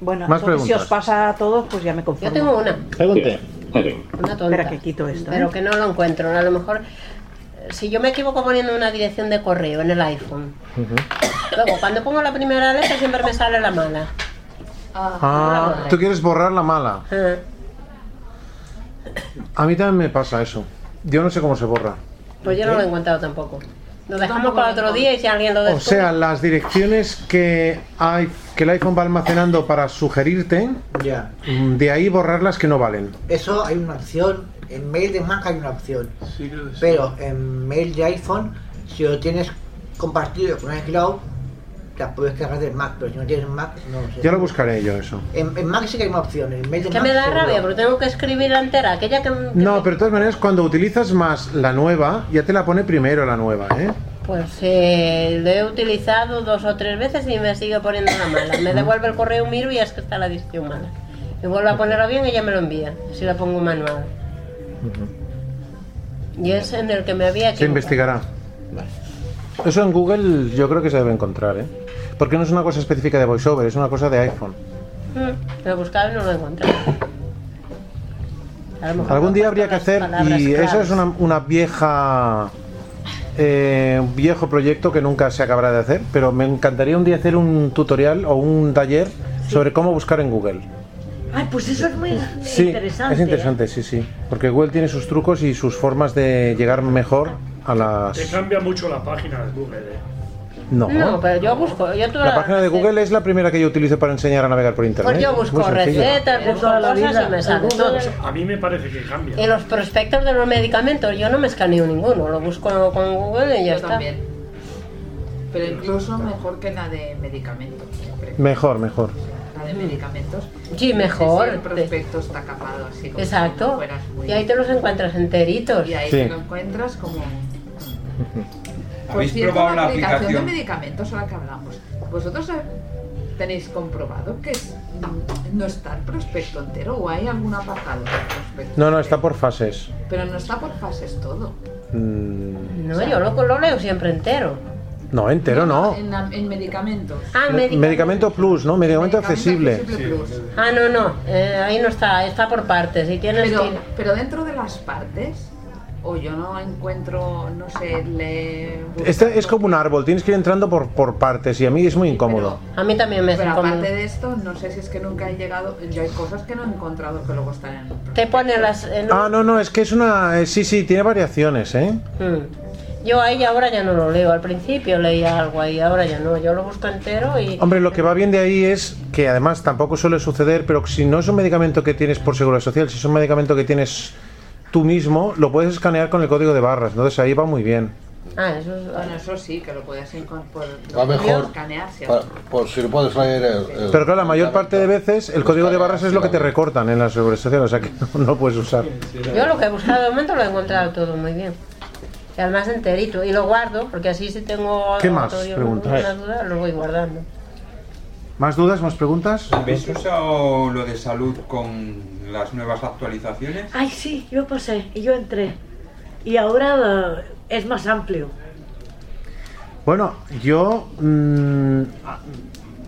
S7: bueno,
S18: Más
S7: entonces, si
S18: preguntas.
S7: os pasa a todos, pues ya me conformo.
S18: Yo tengo una.
S2: Pregunte.
S18: Una tonta.
S7: Espera que quito esto. ¿eh?
S18: Pero que no lo encuentro. A lo mejor, eh, si yo me equivoco poniendo una dirección de correo en el iPhone, luego cuando pongo la primera letra siempre me sale la mala.
S3: Ah, tú quieres borrar la mala.
S18: Ah.
S3: A mí también me pasa eso. Yo no sé cómo se borra.
S18: Pues yo no lo he encontrado tampoco. Lo dejamos para otro día y si alguien lo
S3: O
S18: descubre.
S3: sea, las direcciones que, hay, que el iPhone va almacenando para sugerirte,
S17: Ya.
S3: mm, de ahí borrar las que no valen.
S17: Eso hay una opción. En mail de Mac hay una opción. Pero en mail de iPhone, si lo tienes compartido con iCloud, la puedes cargar del Mac. Pero si no tienes Mac, no lo sé.
S3: Ya lo buscaré yo eso.
S17: En, en Mac sí que hay una opción. En mail de
S18: que
S17: Mac
S18: me da
S17: seguro.
S18: rabia, porque tengo que escribir entera. Aquella que.
S3: No, pero de todas maneras, cuando utilizas más la nueva, ya te la pone primero la nueva, ¿eh?
S18: Pues eh, lo he utilizado dos o tres veces y me sigue poniendo la mala. Me devuelve el correo, miro y es que está la dirección mala. Me vuelvo a ponerla bien y ya me lo envía. Si la pongo manual. Y es en el que me había
S3: Se
S18: equivocado.
S3: investigará. Eso en Google yo creo que se debe encontrar, ¿eh? Porque no es una cosa específica de VoiceOver, es una cosa de iPhone.
S18: Mm, Lo he buscado y no lo he encontrado. A lo mejor
S3: Algún día habría que hacer,
S18: palabras
S3: y eso
S18: claves.
S3: es una, una vieja. eh, un viejo proyecto que nunca se acabará de hacer, pero me encantaría un día hacer un tutorial o un taller sobre cómo buscar en Google.
S11: Ay, pues eso es muy
S3: Sí,
S11: interesante. ¿eh?
S3: es interesante, sí, sí. Porque Google tiene sus trucos y sus formas de llegar mejor a
S12: Te
S3: las.
S12: cambia mucho la página de Google. ¿eh?
S3: No.
S18: No, pero yo busco. Yo tuve
S3: La página de Google es la primera que yo utilizo para enseñar a navegar por internet.
S18: Pues yo
S3: Es muy
S18: busco
S3: sencilla.
S18: recetas, busco cosas y me sale todo.
S12: A mí me parece que cambia.
S18: En los prospectos de los medicamentos yo no me escaneo ninguno, lo busco con Google y ya
S13: Yo
S18: está.
S13: también. Pero incluso mejor que la de medicamentos, siempre.
S3: Mejor, mejor.
S13: La de medicamentos.
S18: Sí, mejor.
S13: El prospecto está capado así como si no
S18: Exacto.
S13: fueras muy-
S18: Y ahí te los encuentras enteritos.
S13: Y ahí
S18: Sí.
S13: te lo encuentras como...
S8: ¿Habéis
S13: cierto,
S8: probado la
S13: de
S8: aplicación?
S13: medicamentos a la que hablamos. ¿Vosotros eh, tenéis comprobado que es- no está el prospecto entero o hay algún apartado del prospecto?
S3: No, no, está por fases.
S13: Pero no está por fases todo.
S3: Mm,
S18: No, yo lo, lo leo siempre entero.
S3: no, entero no.
S13: En, la- en medicamentos.
S18: Ah,
S3: Medicamento,
S18: medica-
S3: Plus, ¿no? Medicamento, accesible.
S18: Ah, no, no, eh, ahí no está, está por partes. Y tienes
S13: Pero,
S18: que ir-
S13: pero dentro de las partes, o yo no encuentro, no sé, le...
S3: Este es como un árbol, tienes que ir entrando por, por partes y a mí es muy incómodo.
S18: A mí también me es
S13: Pero
S18: incómodo.
S13: aparte de esto, no sé si es que nunca he llegado. Yo hay cosas que no he encontrado que luego están en.
S18: Te pone las... eh, en un-
S3: Ah, no, no, es que es una... eh, sí, sí, tiene variaciones, ¿eh?
S18: Mm. Yo ahí ahora ya no lo leo. Al principio leía algo ahí, ahora ya no. Yo lo busco entero y...
S3: Hombre, lo que va bien de ahí es que además tampoco suele suceder, pero si no es un medicamento que tienes por seguridad social, si es un medicamento que tienes tú mismo, lo puedes escanear con el código de barras, entonces ahí va muy bien.
S18: Ah, eso es...
S13: Bueno, eso sí, que lo puedes incorporar.
S16: Va mejor.
S13: Escanear, sí.
S16: Para- por pues si lo puedes leer el- el-
S3: Pero claro, la mayor parte de veces el código de barras es lo que te recortan en la seguridad social, o sea que no, no puedes usar.
S18: Yo lo que he buscado de momento lo he encontrado todo muy bien. Y además enterito. Y lo guardo, porque así si tengo
S3: ¿Qué más?
S18: otro día
S3: Pregunta.
S18: alguna duda, lo voy guardando.
S3: ¿Más dudas, más preguntas?
S8: ¿Habéis usado lo de salud con las nuevas actualizaciones?
S11: Ay, sí, yo pasé y yo entré. Y ahora eh, es más amplio.
S3: Bueno, yo mm,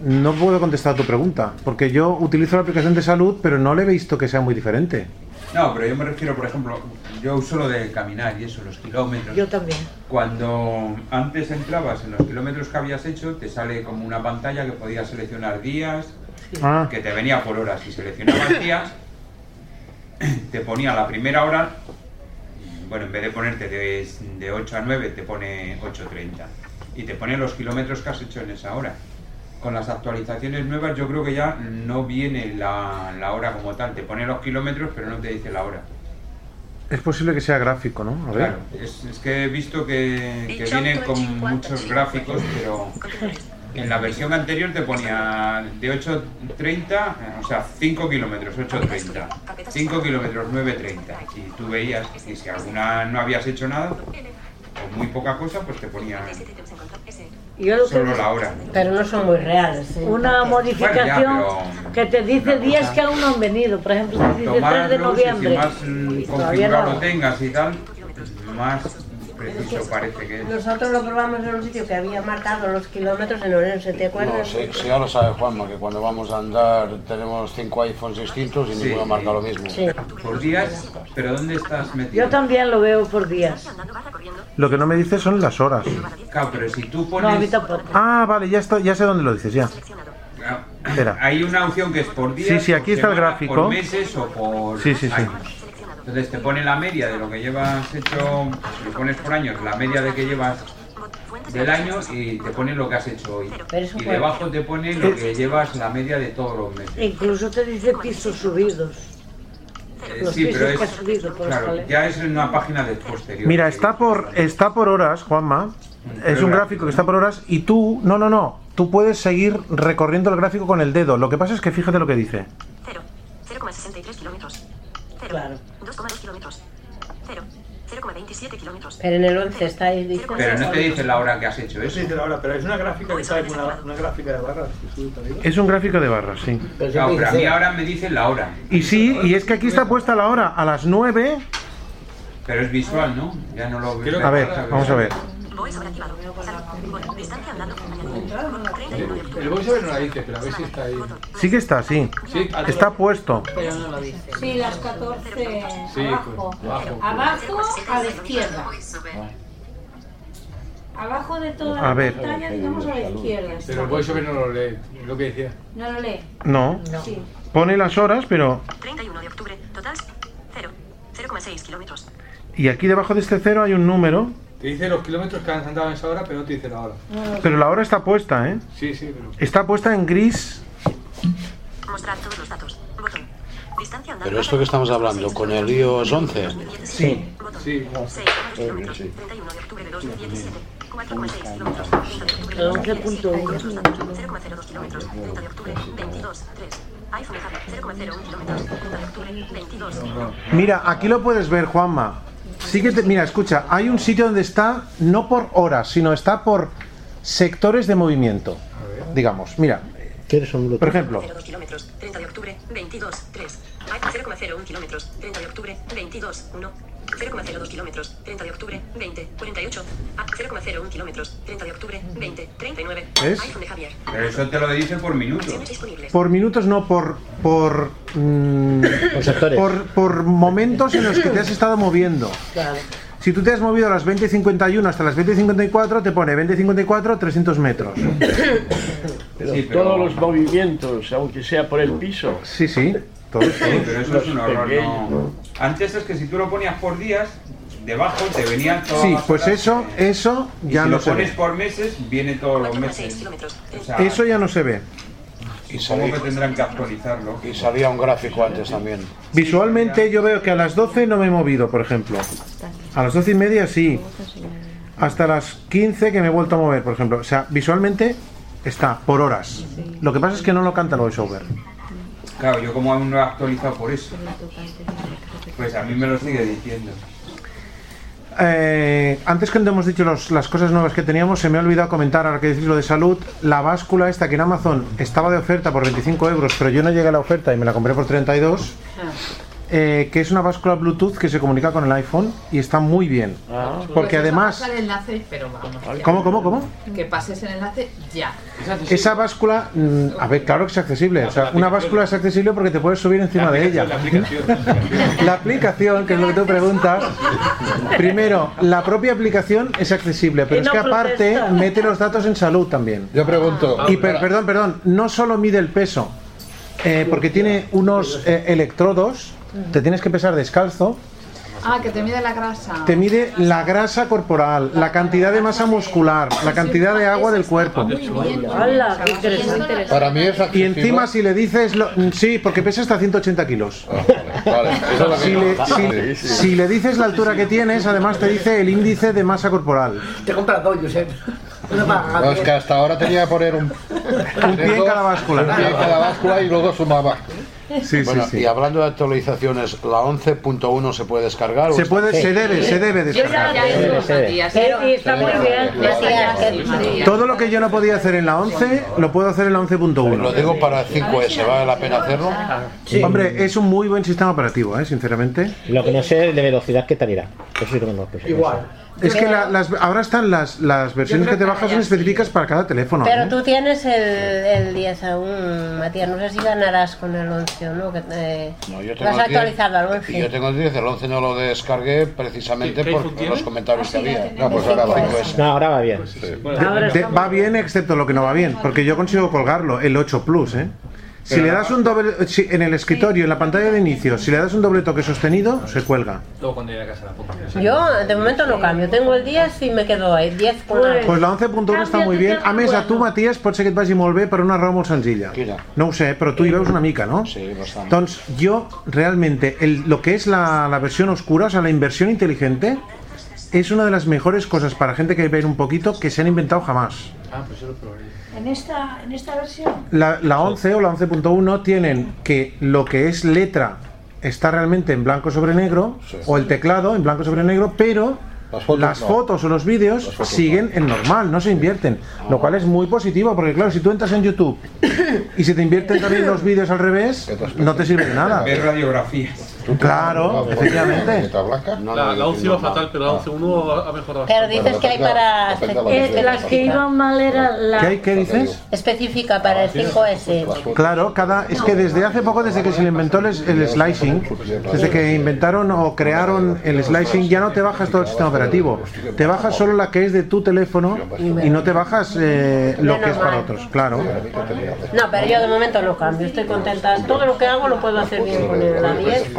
S3: No puedo contestar tu pregunta, porque yo utilizo la aplicación de salud, pero no le he visto que sea muy diferente.
S8: No, pero yo me refiero, por ejemplo, yo uso lo de caminar y eso, los kilómetros.
S7: Yo también.
S8: Cuando antes entrabas en los kilómetros que habías hecho, te sale como una pantalla que podías seleccionar días,
S3: Ah.
S8: que te venía por horas. Si seleccionabas días, te ponía la primera hora, bueno, en vez de ponerte de, de 8 a 9, te pone 8.30. Y te pone los kilómetros que has hecho en esa hora. Con las actualizaciones nuevas yo creo que ya no viene la, la hora como tal. Te pone los kilómetros, pero no te dice la hora.
S3: Es posible que sea gráfico, ¿no? A ver.
S8: Claro, es, es que he visto que, que viene con muchos gráficos, pero en la versión anterior te ponía de 8.30, eh, o sea, 5 kilómetros, 8.30, 5 kilómetros, 9.30. Y tú veías, y si alguna no habías hecho nada, o muy poca cosa, pues te ponía
S11: Yo lo que-
S8: solo la hora.
S18: Pero no son muy reales. ¿eh?
S11: Una modificación
S8: Bueno, ya, pero-
S11: que te dice
S8: Una
S11: días
S8: cosa-
S11: que aún no han venido. Por ejemplo, te dice
S8: Cuanto
S11: 3
S8: más
S11: de
S8: luz y si
S11: noviembre.
S8: más mm,
S11: Todavía
S8: configurado
S11: no.
S8: tengas y tal, más preciso parece que es.
S18: Nosotros lo probamos en un sitio que había marcado los kilómetros en Orense, ¿te acuerdas?
S16: No, Pues sí, sí, ya lo sabe Juanma, que cuando vamos a andar tenemos cinco iPhones distintos y
S8: Sí.
S16: ninguno marca lo mismo.
S11: Sí.
S8: Por días, pero ¿dónde estás metido?
S11: Yo también lo veo por días.
S3: Lo que no me dice son las horas.
S8: Claro, pero si tú
S11: No, a mí
S8: pones...
S11: tampoco.
S3: Ah, vale, ya está, ya sé dónde lo dices, ya.
S8: Ah,
S3: Espera.
S8: Hay una opción que es por días,
S3: Sí, sí, aquí
S8: por
S3: está el
S8: semana,
S3: gráfico.
S8: por meses o por
S3: Sí, sí, sí.
S8: años. Entonces te pone la media de lo que llevas hecho, si lo pones por años, la media de que llevas del año y te pone lo que has hecho hoy.
S11: Pero eso
S8: Y
S11: fue-
S8: debajo te pone lo que llevas la media de todos los meses.
S11: Incluso te dice pisos subidos.
S8: Eh,
S11: Los
S8: sí, pero
S11: pisos
S8: es,
S11: que has subido por
S8: claro,
S11: escalera.
S8: ya es en una página de posterior.
S3: Mira, está por, está por horas, Juanma. Es un gráfico que está por horas y tú, no, no, no, tú puedes seguir recorriendo el gráfico con el dedo. Lo que pasa es que fíjate lo que dice.
S20: 0,63 kilómetros. 0. 2,2 kilómetros. 0. 0,27 kilómetros.
S18: Pero en el 11 está ahí, dice.
S8: Pero no te dice la hora que has hecho eso.
S21: ahora, pero es una gráfica que sale con una, una gráfica de barras que sube para arriba.
S3: Es un gráfico de barras, sí.
S8: Claro, pero a mí ahora me dice la hora.
S3: Y sí, y es que aquí está puesta la hora a las 9.
S8: Pero es visual, ¿no? Ya no lo veo.
S3: A ver, vamos a ver.
S21: El voiceover no la dice, pero a ver si está ahí.
S3: Sí que está, sí.
S21: Sí.
S3: Está puesto.
S21: Pero no la dice.
S22: Sí, las 14
S21: Sí,
S22: abajo.
S21: pues, abajo.
S22: Abajo
S8: pues.
S22: a la izquierda. Abajo de toda
S21: A
S22: la
S21: ver.
S22: montaña, digamos a la izquierda.
S21: Pero el voiceover no lo lee, es lo que decía.
S22: No lo lee.
S3: No.
S22: Sí.
S3: Pone las horas, pero...
S20: 31 de octubre. Total. 0. 0,6 kilómetros.
S3: Y aquí debajo de este cero hay un número,
S21: Te dice los kilómetros que han andado en esa hora, pero no te dice la hora.
S3: pero la hora está puesta, ¿eh?
S21: Sí, sí, pero.
S3: Está puesta en gris.
S20: Mostrar todos los datos. Botón. Distancia andando.
S16: Pero esto que estamos hablando, con el iOS 11.
S20: Sí.
S21: Sí.
S20: 31 de octubre de 2017. 4,6 kilómetros. 0,02 kilómetros. 30 de octubre. 22. 3. iPhone Hub. 0,01 kilómetros. 30 de octubre. 22.
S3: Mira, aquí lo puedes ver, Juanma. Sí que te- mira, escucha, hay un sitio donde está no por horas, sino está por sectores de movimiento. Digamos, mira. Por ejemplo,
S20: 0,02 kilómetros, 30 de octubre, Ah, 22, 3. Ay, 0,01 kilómetros, 30 de octubre, 22, 1. 0,02 kilómetros, 30 de octubre, 20, 48. Ah, 0,01 kilómetros, 30 de octubre, 20, 39.
S3: ¿Ves?
S20: iPhone de Javier.
S8: Pero eso te lo dice por minutos.
S3: por minutos no, por por mm,
S2: Por sectores.
S3: por, por momentos en los que te has estado moviendo. Si tú te has movido a las 20.51 hasta las 20.54, te pone 20.54, 300 metros.
S4: Pero todos los movimientos, aunque sea por el piso.
S3: Sí, sí. Todo,
S8: Sí, pero eso es un horror.
S4: Pequeño.
S8: No. Antes es que si tú lo ponías por días, debajo te venían todas
S3: Sí,
S8: las
S3: pues
S8: horas.
S3: eso, eso
S8: Y
S3: ya
S8: si
S3: no
S8: lo
S3: se
S8: pones
S3: ve.
S8: por meses, viene todos los meses. O sea,
S3: Eso ya no se ve.
S8: supongo que tendrán que actualizarlo.
S16: Y salía un gráfico antes también.
S3: Visualmente yo veo que a las 12 no me he movido, por ejemplo. A las 12 y media sí. Hasta las 15 que me he vuelto a mover, por ejemplo. O sea, visualmente está por horas. Lo que pasa es que no lo canta el voiceover.
S8: Claro, yo como aún no he actualizado por eso, pues a mí me lo sigue diciendo.
S3: Eh, antes cuando hemos dicho los- las cosas nuevas que teníamos, se me ha olvidado comentar, ahora que decís lo de salud, la báscula esta que en Amazon estaba de oferta por 25 euros, pero yo no llegué a la oferta y me la compré por 32. eh, que es una báscula Bluetooth que se comunica con el iPhone y está muy bien.
S13: Ah. Pues
S3: Porque además,
S13: Pasar el enlace, pero vamos. ya.
S3: ¿Cómo, cómo, cómo?
S13: Que pases el enlace ya.
S3: esa báscula, mm, a ver, claro que es accesible. O sea, una báscula es accesible porque te puedes subir encima de ella. La aplicación, que es lo que tú preguntas, primero, la propia aplicación es accesible, pero
S16: Y
S3: es
S16: no
S3: que aparte
S16: protesta.
S3: mete los datos en salud también.
S16: Yo pregunto.
S3: Y per- perdón, perdón, no solo mide el peso, eh, porque tiene unos eh, electrodos, te tienes que pesar descalzo,
S13: Ah, que te mide la grasa.
S7: Ah,
S3: te mide la grasa corporal, la cantidad de masa muscular, la cantidad de agua del cuerpo.
S11: Hola, qué interesante.
S3: Para mí es Y encima si le dices, lo- sí, porque pesa hasta 180 kilos.
S16: eso es lo que
S3: si,
S16: no.
S3: le,
S16: Vale.
S3: si- si le dices la altura que tienes, además te dice el índice de masa corporal.
S17: Te compras dos, Josep. Una para
S16: No, es que
S17: Javier.
S16: hasta ahora tenía que poner un, un
S3: pie en cada báscula.
S16: Un pie en cada báscula y luego sumaba.
S15: Bueno, Y hablando de actualizaciones, ¿la 11.1 se puede descargar?
S16: Se puede- se debe- se debe
S3: descargar. ¿eh?
S11: está muy bien.
S3: Todo lo que yo no podía hacer en la 11, lo puedo hacer en la 11.1.
S15: Lo digo para 5S, ¿vale la pena hacerlo?
S3: Hombre, es un muy buen sistema operativo, ¿eh? sinceramente.
S2: Lo que no sé de velocidad, ¿qué tal irá? Eso sí que no lo sé.
S3: Es que la- las, ahora están las, las versiones que te bajas son específicas para cada teléfono.
S18: Pero
S3: ¿eh?
S18: tú tienes el, el 10 aún, Matías. No sé si ganarás con el 11 o no. Que, eh,
S15: No, yo tengo
S18: lo has
S15: el 10,
S18: actualizado al 11.
S15: Y yo tengo el 10, el 11 no lo descargué precisamente por los comentarios que había.
S18: No, pues
S15: ahora va.
S2: No, ahora va bien.
S3: De- de- va bien excepto lo que no va bien, porque yo consigo colgarlo, el 8 Plus, ¿eh? Si
S1: Pero
S3: le
S1: la
S3: das un doble si- en el escritorio, en la pantalla de inicio, si le das un doble toque sostenido, se cuelga.
S1: Luego cuando llegue a casa la pongo.
S18: Yo de momento no cambio. Tengo el 10 y me quedo ahí. 10 con algo.
S3: Pues la 11.1 està molt bé. A més, a tu, Matías, pot ser que et vagi molt bé per una raó molt senzilla. No ho sé, eh, però tu hi veus una mica, no? Sí,
S15: bastant.
S3: Doncs jo, realmente, el, lo que es la, la versión oscura, o sea, la inversión inteligente, es una de las mejores cosas para gente que ve un poquito que se han inventado jamás.
S1: Ah, pues yo lo probaré.
S22: En esta, en esta versión.
S3: La, la 11 o la 11.1 tienen que lo que es letra está realmente en blanco sobre negro, o el teclado en blanco sobre negro, pero las fotos,
S16: no.
S3: o los vídeos
S16: Las fotos
S3: siguen en normal, no Ah, se invierten, lo cual es muy positivo, porque claro, si tú entras en YouTube y se te invierten también los vídeos al revés, no te sirve de nada.
S8: Ver radiografías.
S3: Claro, efectivamente.
S9: La, la 11 iba fatal, pero la 11.1 ha- ha mejorado.
S18: Pero dices que hay para.
S11: Eh, las que iban mal era la
S3: ¿Qué, hay- ¿Qué dices?
S18: específica para el 5S.
S3: Claro, cada es que desde hace poco, desde que se le inventó el, el slicing, desde que inventaron o crearon el slicing, ya no te bajas todo el sistema operativo. Te bajas solo la que es de tu teléfono y no te bajas eh, lo que es para otros. Claro.
S18: No, pero yo de momento no cambio. Estoy contenta. Todo lo que hago lo puedo hacer bien con el 10.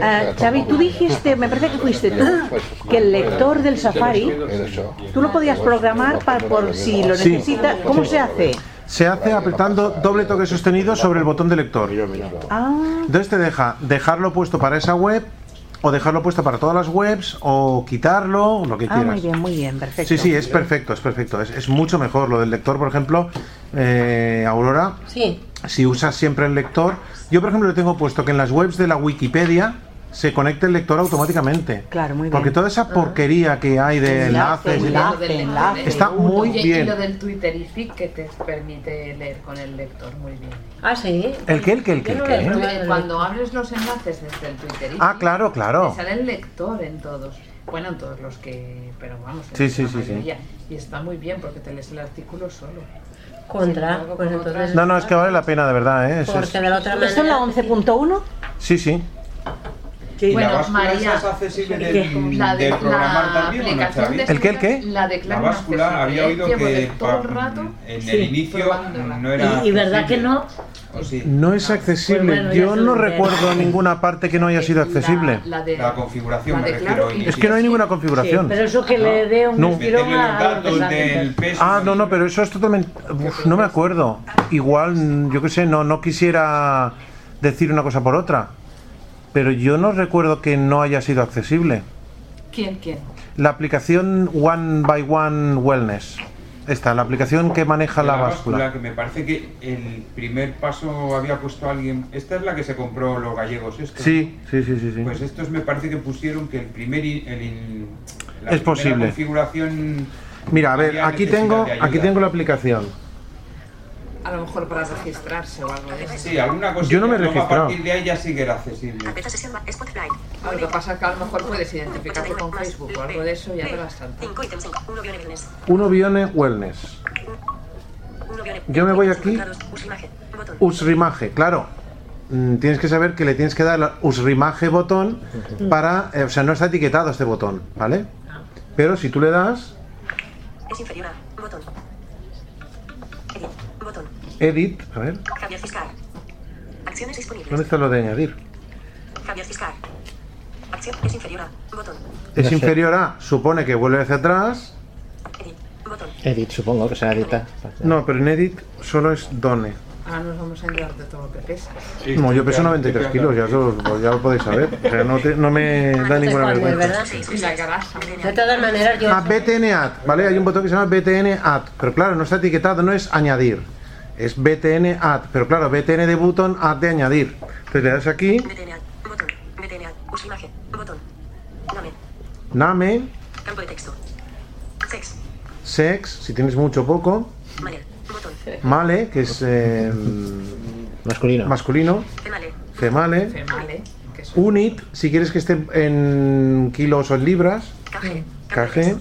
S7: Ah, Xavi, tú dijiste, me parece que fuiste tú, que el lector del Safari, tú lo podías programar para por si lo
S3: Sí.
S7: necesitas. ¿Cómo
S3: Sí.
S7: se hace?
S3: Se hace apretando doble toque sostenido sobre el botón de lector.
S7: Ah,
S3: Entonces te deja dejarlo puesto para esa web o dejarlo puesto para todas las webs o quitarlo, o lo que
S7: ah,
S3: quieras.
S7: muy bien, muy bien, perfecto.
S3: Sí, sí, es perfecto, es perfecto. Es, es mucho mejor lo del lector, por ejemplo, eh, Aurora.
S18: Sí.
S3: Si usas siempre el lector, yo por ejemplo le tengo puesto que en las webs de la Wikipedia se conecte el lector automáticamente.
S7: Claro, muy bien.
S3: Porque toda esa porquería que hay de
S7: Enlace,
S3: enlaces y tal,
S7: enlace, enlace.
S3: está muy
S13: Oye, Y lo
S3: bien.
S13: del Twitter y sí que te permite leer con el lector muy bien.
S18: Ah, sí.
S3: ¿El qué, el qué, el qué, el qué? ¿eh?
S13: Cuando abres los enlaces desde el Twitter y
S3: Ah, claro, claro.
S13: te sale el lector en todos. Bueno, en todos los que. Pero vamos, en
S3: Sí, sí,
S13: la
S3: sí, sí.
S13: mayoría. Y está muy bien porque te lees el artículo solo.
S18: Contra,
S13: Sin embargo,
S18: pues
S13: con otras-
S18: entonces-
S3: No, no, es que vale la pena de verdad, ¿eh? Eso es-
S18: Porque de la otra
S7: ¿Esto en la 11.1?
S3: Sí, sí.
S13: Bueno, María,
S8: del-
S13: la de
S8: del programar
S13: la
S8: también, ¿o no,
S13: aplicación
S8: Xavi?
S13: de
S8: ¿El qué, el qué?
S13: La
S8: La
S13: declaración
S8: báscula había oído que
S13: todo
S8: pa-
S13: el rato.
S8: en
S13: Sí,
S8: el inicio no era.
S11: Y, y verdad que no.
S8: ¿O sí?
S3: No es accesible.
S11: Pues bueno, ya
S3: Yo
S11: se
S3: no
S11: lo verá.
S3: recuerdo ninguna parte que no haya sido accesible.
S13: La, de,
S8: la configuración
S3: la
S8: me
S3: de
S8: refiero.
S3: claro. Es que no hay ninguna configuración.
S11: pero eso que le dé un
S3: No.
S11: estirón a- a los mensajes.
S3: Ah, no, no, pero eso es totalmente... Uf, no me acuerdo. Igual, mm, yo qué sé, no, no quisiera decir una cosa por otra. Pero yo no recuerdo que no haya sido accesible.
S13: ¿Quién, quién?
S3: La aplicación One by One Wellness. Esta, la aplicación que maneja la báscula.
S8: que me parece que el primer paso había puesto alguien. Esta es la que se compró los gallegos, esto.
S3: Sí, sí, sí, sí. sí.
S8: Pues estos me parece que pusieron que el primer i- el in- la
S3: Es
S8: primera
S3: posible.
S8: configuración
S3: Mira, a ver,
S8: había
S3: aquí
S8: necesidad
S3: tengo,
S8: de ayuda.
S3: aquí tengo la aplicación.
S13: A lo mejor para registrarse o algo de eso.
S8: Sí, alguna cosa.
S3: Yo no me he
S8: luego
S3: registrado.
S8: A partir de ahí ya sí que era accesible.
S13: Carpeta sesión ba- Spotlight. Ah, Lo que pasa es que a lo mejor puedes identificarte con Facebook o algo de eso y ya te vas tanto.
S3: Uno Bione Wellness. Yo me voy aquí. Usrimaje, claro. Mm, Tienes que saber que le tienes que dar al usrimaje botón para. eh, o sea, no está etiquetado este botón, ¿vale? Pero si tú le das,
S20: Es inferior a botón. Edit. Botón.
S3: edit. A ver,
S20: Javier Fiscal. Acciones disponibles.
S3: ¿dónde está lo de añadir?
S20: Javier Fiscal. Acción es inferior a botón.
S3: Es
S2: No sé.
S3: inferior a, supone que vuelve hacia atrás.
S2: Edit, supongo que será edita.
S3: No, pero en edit solo es done.
S13: Ahora Ah, nos vamos a enterar de todo lo que pesas.
S3: No, yo peso 93 kilos, ya, eso lo- ya lo podéis saber. O sea, no, te- no me da
S20: Pues
S3: ninguna vergüenza.
S13: Y la grasa.
S18: De todas maneras, yo.
S3: Ah, BTN Add, ¿vale? Hay un botón que se llama BTN Add, pero claro, no está etiquetado, no es añadir. Es BTN Add, pero claro, BTN de botón, Add de añadir. Entonces le das aquí,
S20: BTNA. Botón. BTNA. Usa imagen. Botón. Name.
S3: Name,
S20: Campo de texto. Sex.
S3: Sex, si tienes mucho o poco,
S20: Manel. Botón.
S3: Male, que es. eh,
S2: masculino.
S3: Masculino,
S20: Female.
S3: Female,
S13: ¿eh?
S3: Unit, si quieres que esté en kilos o en libras,
S20: Caje.
S3: KG,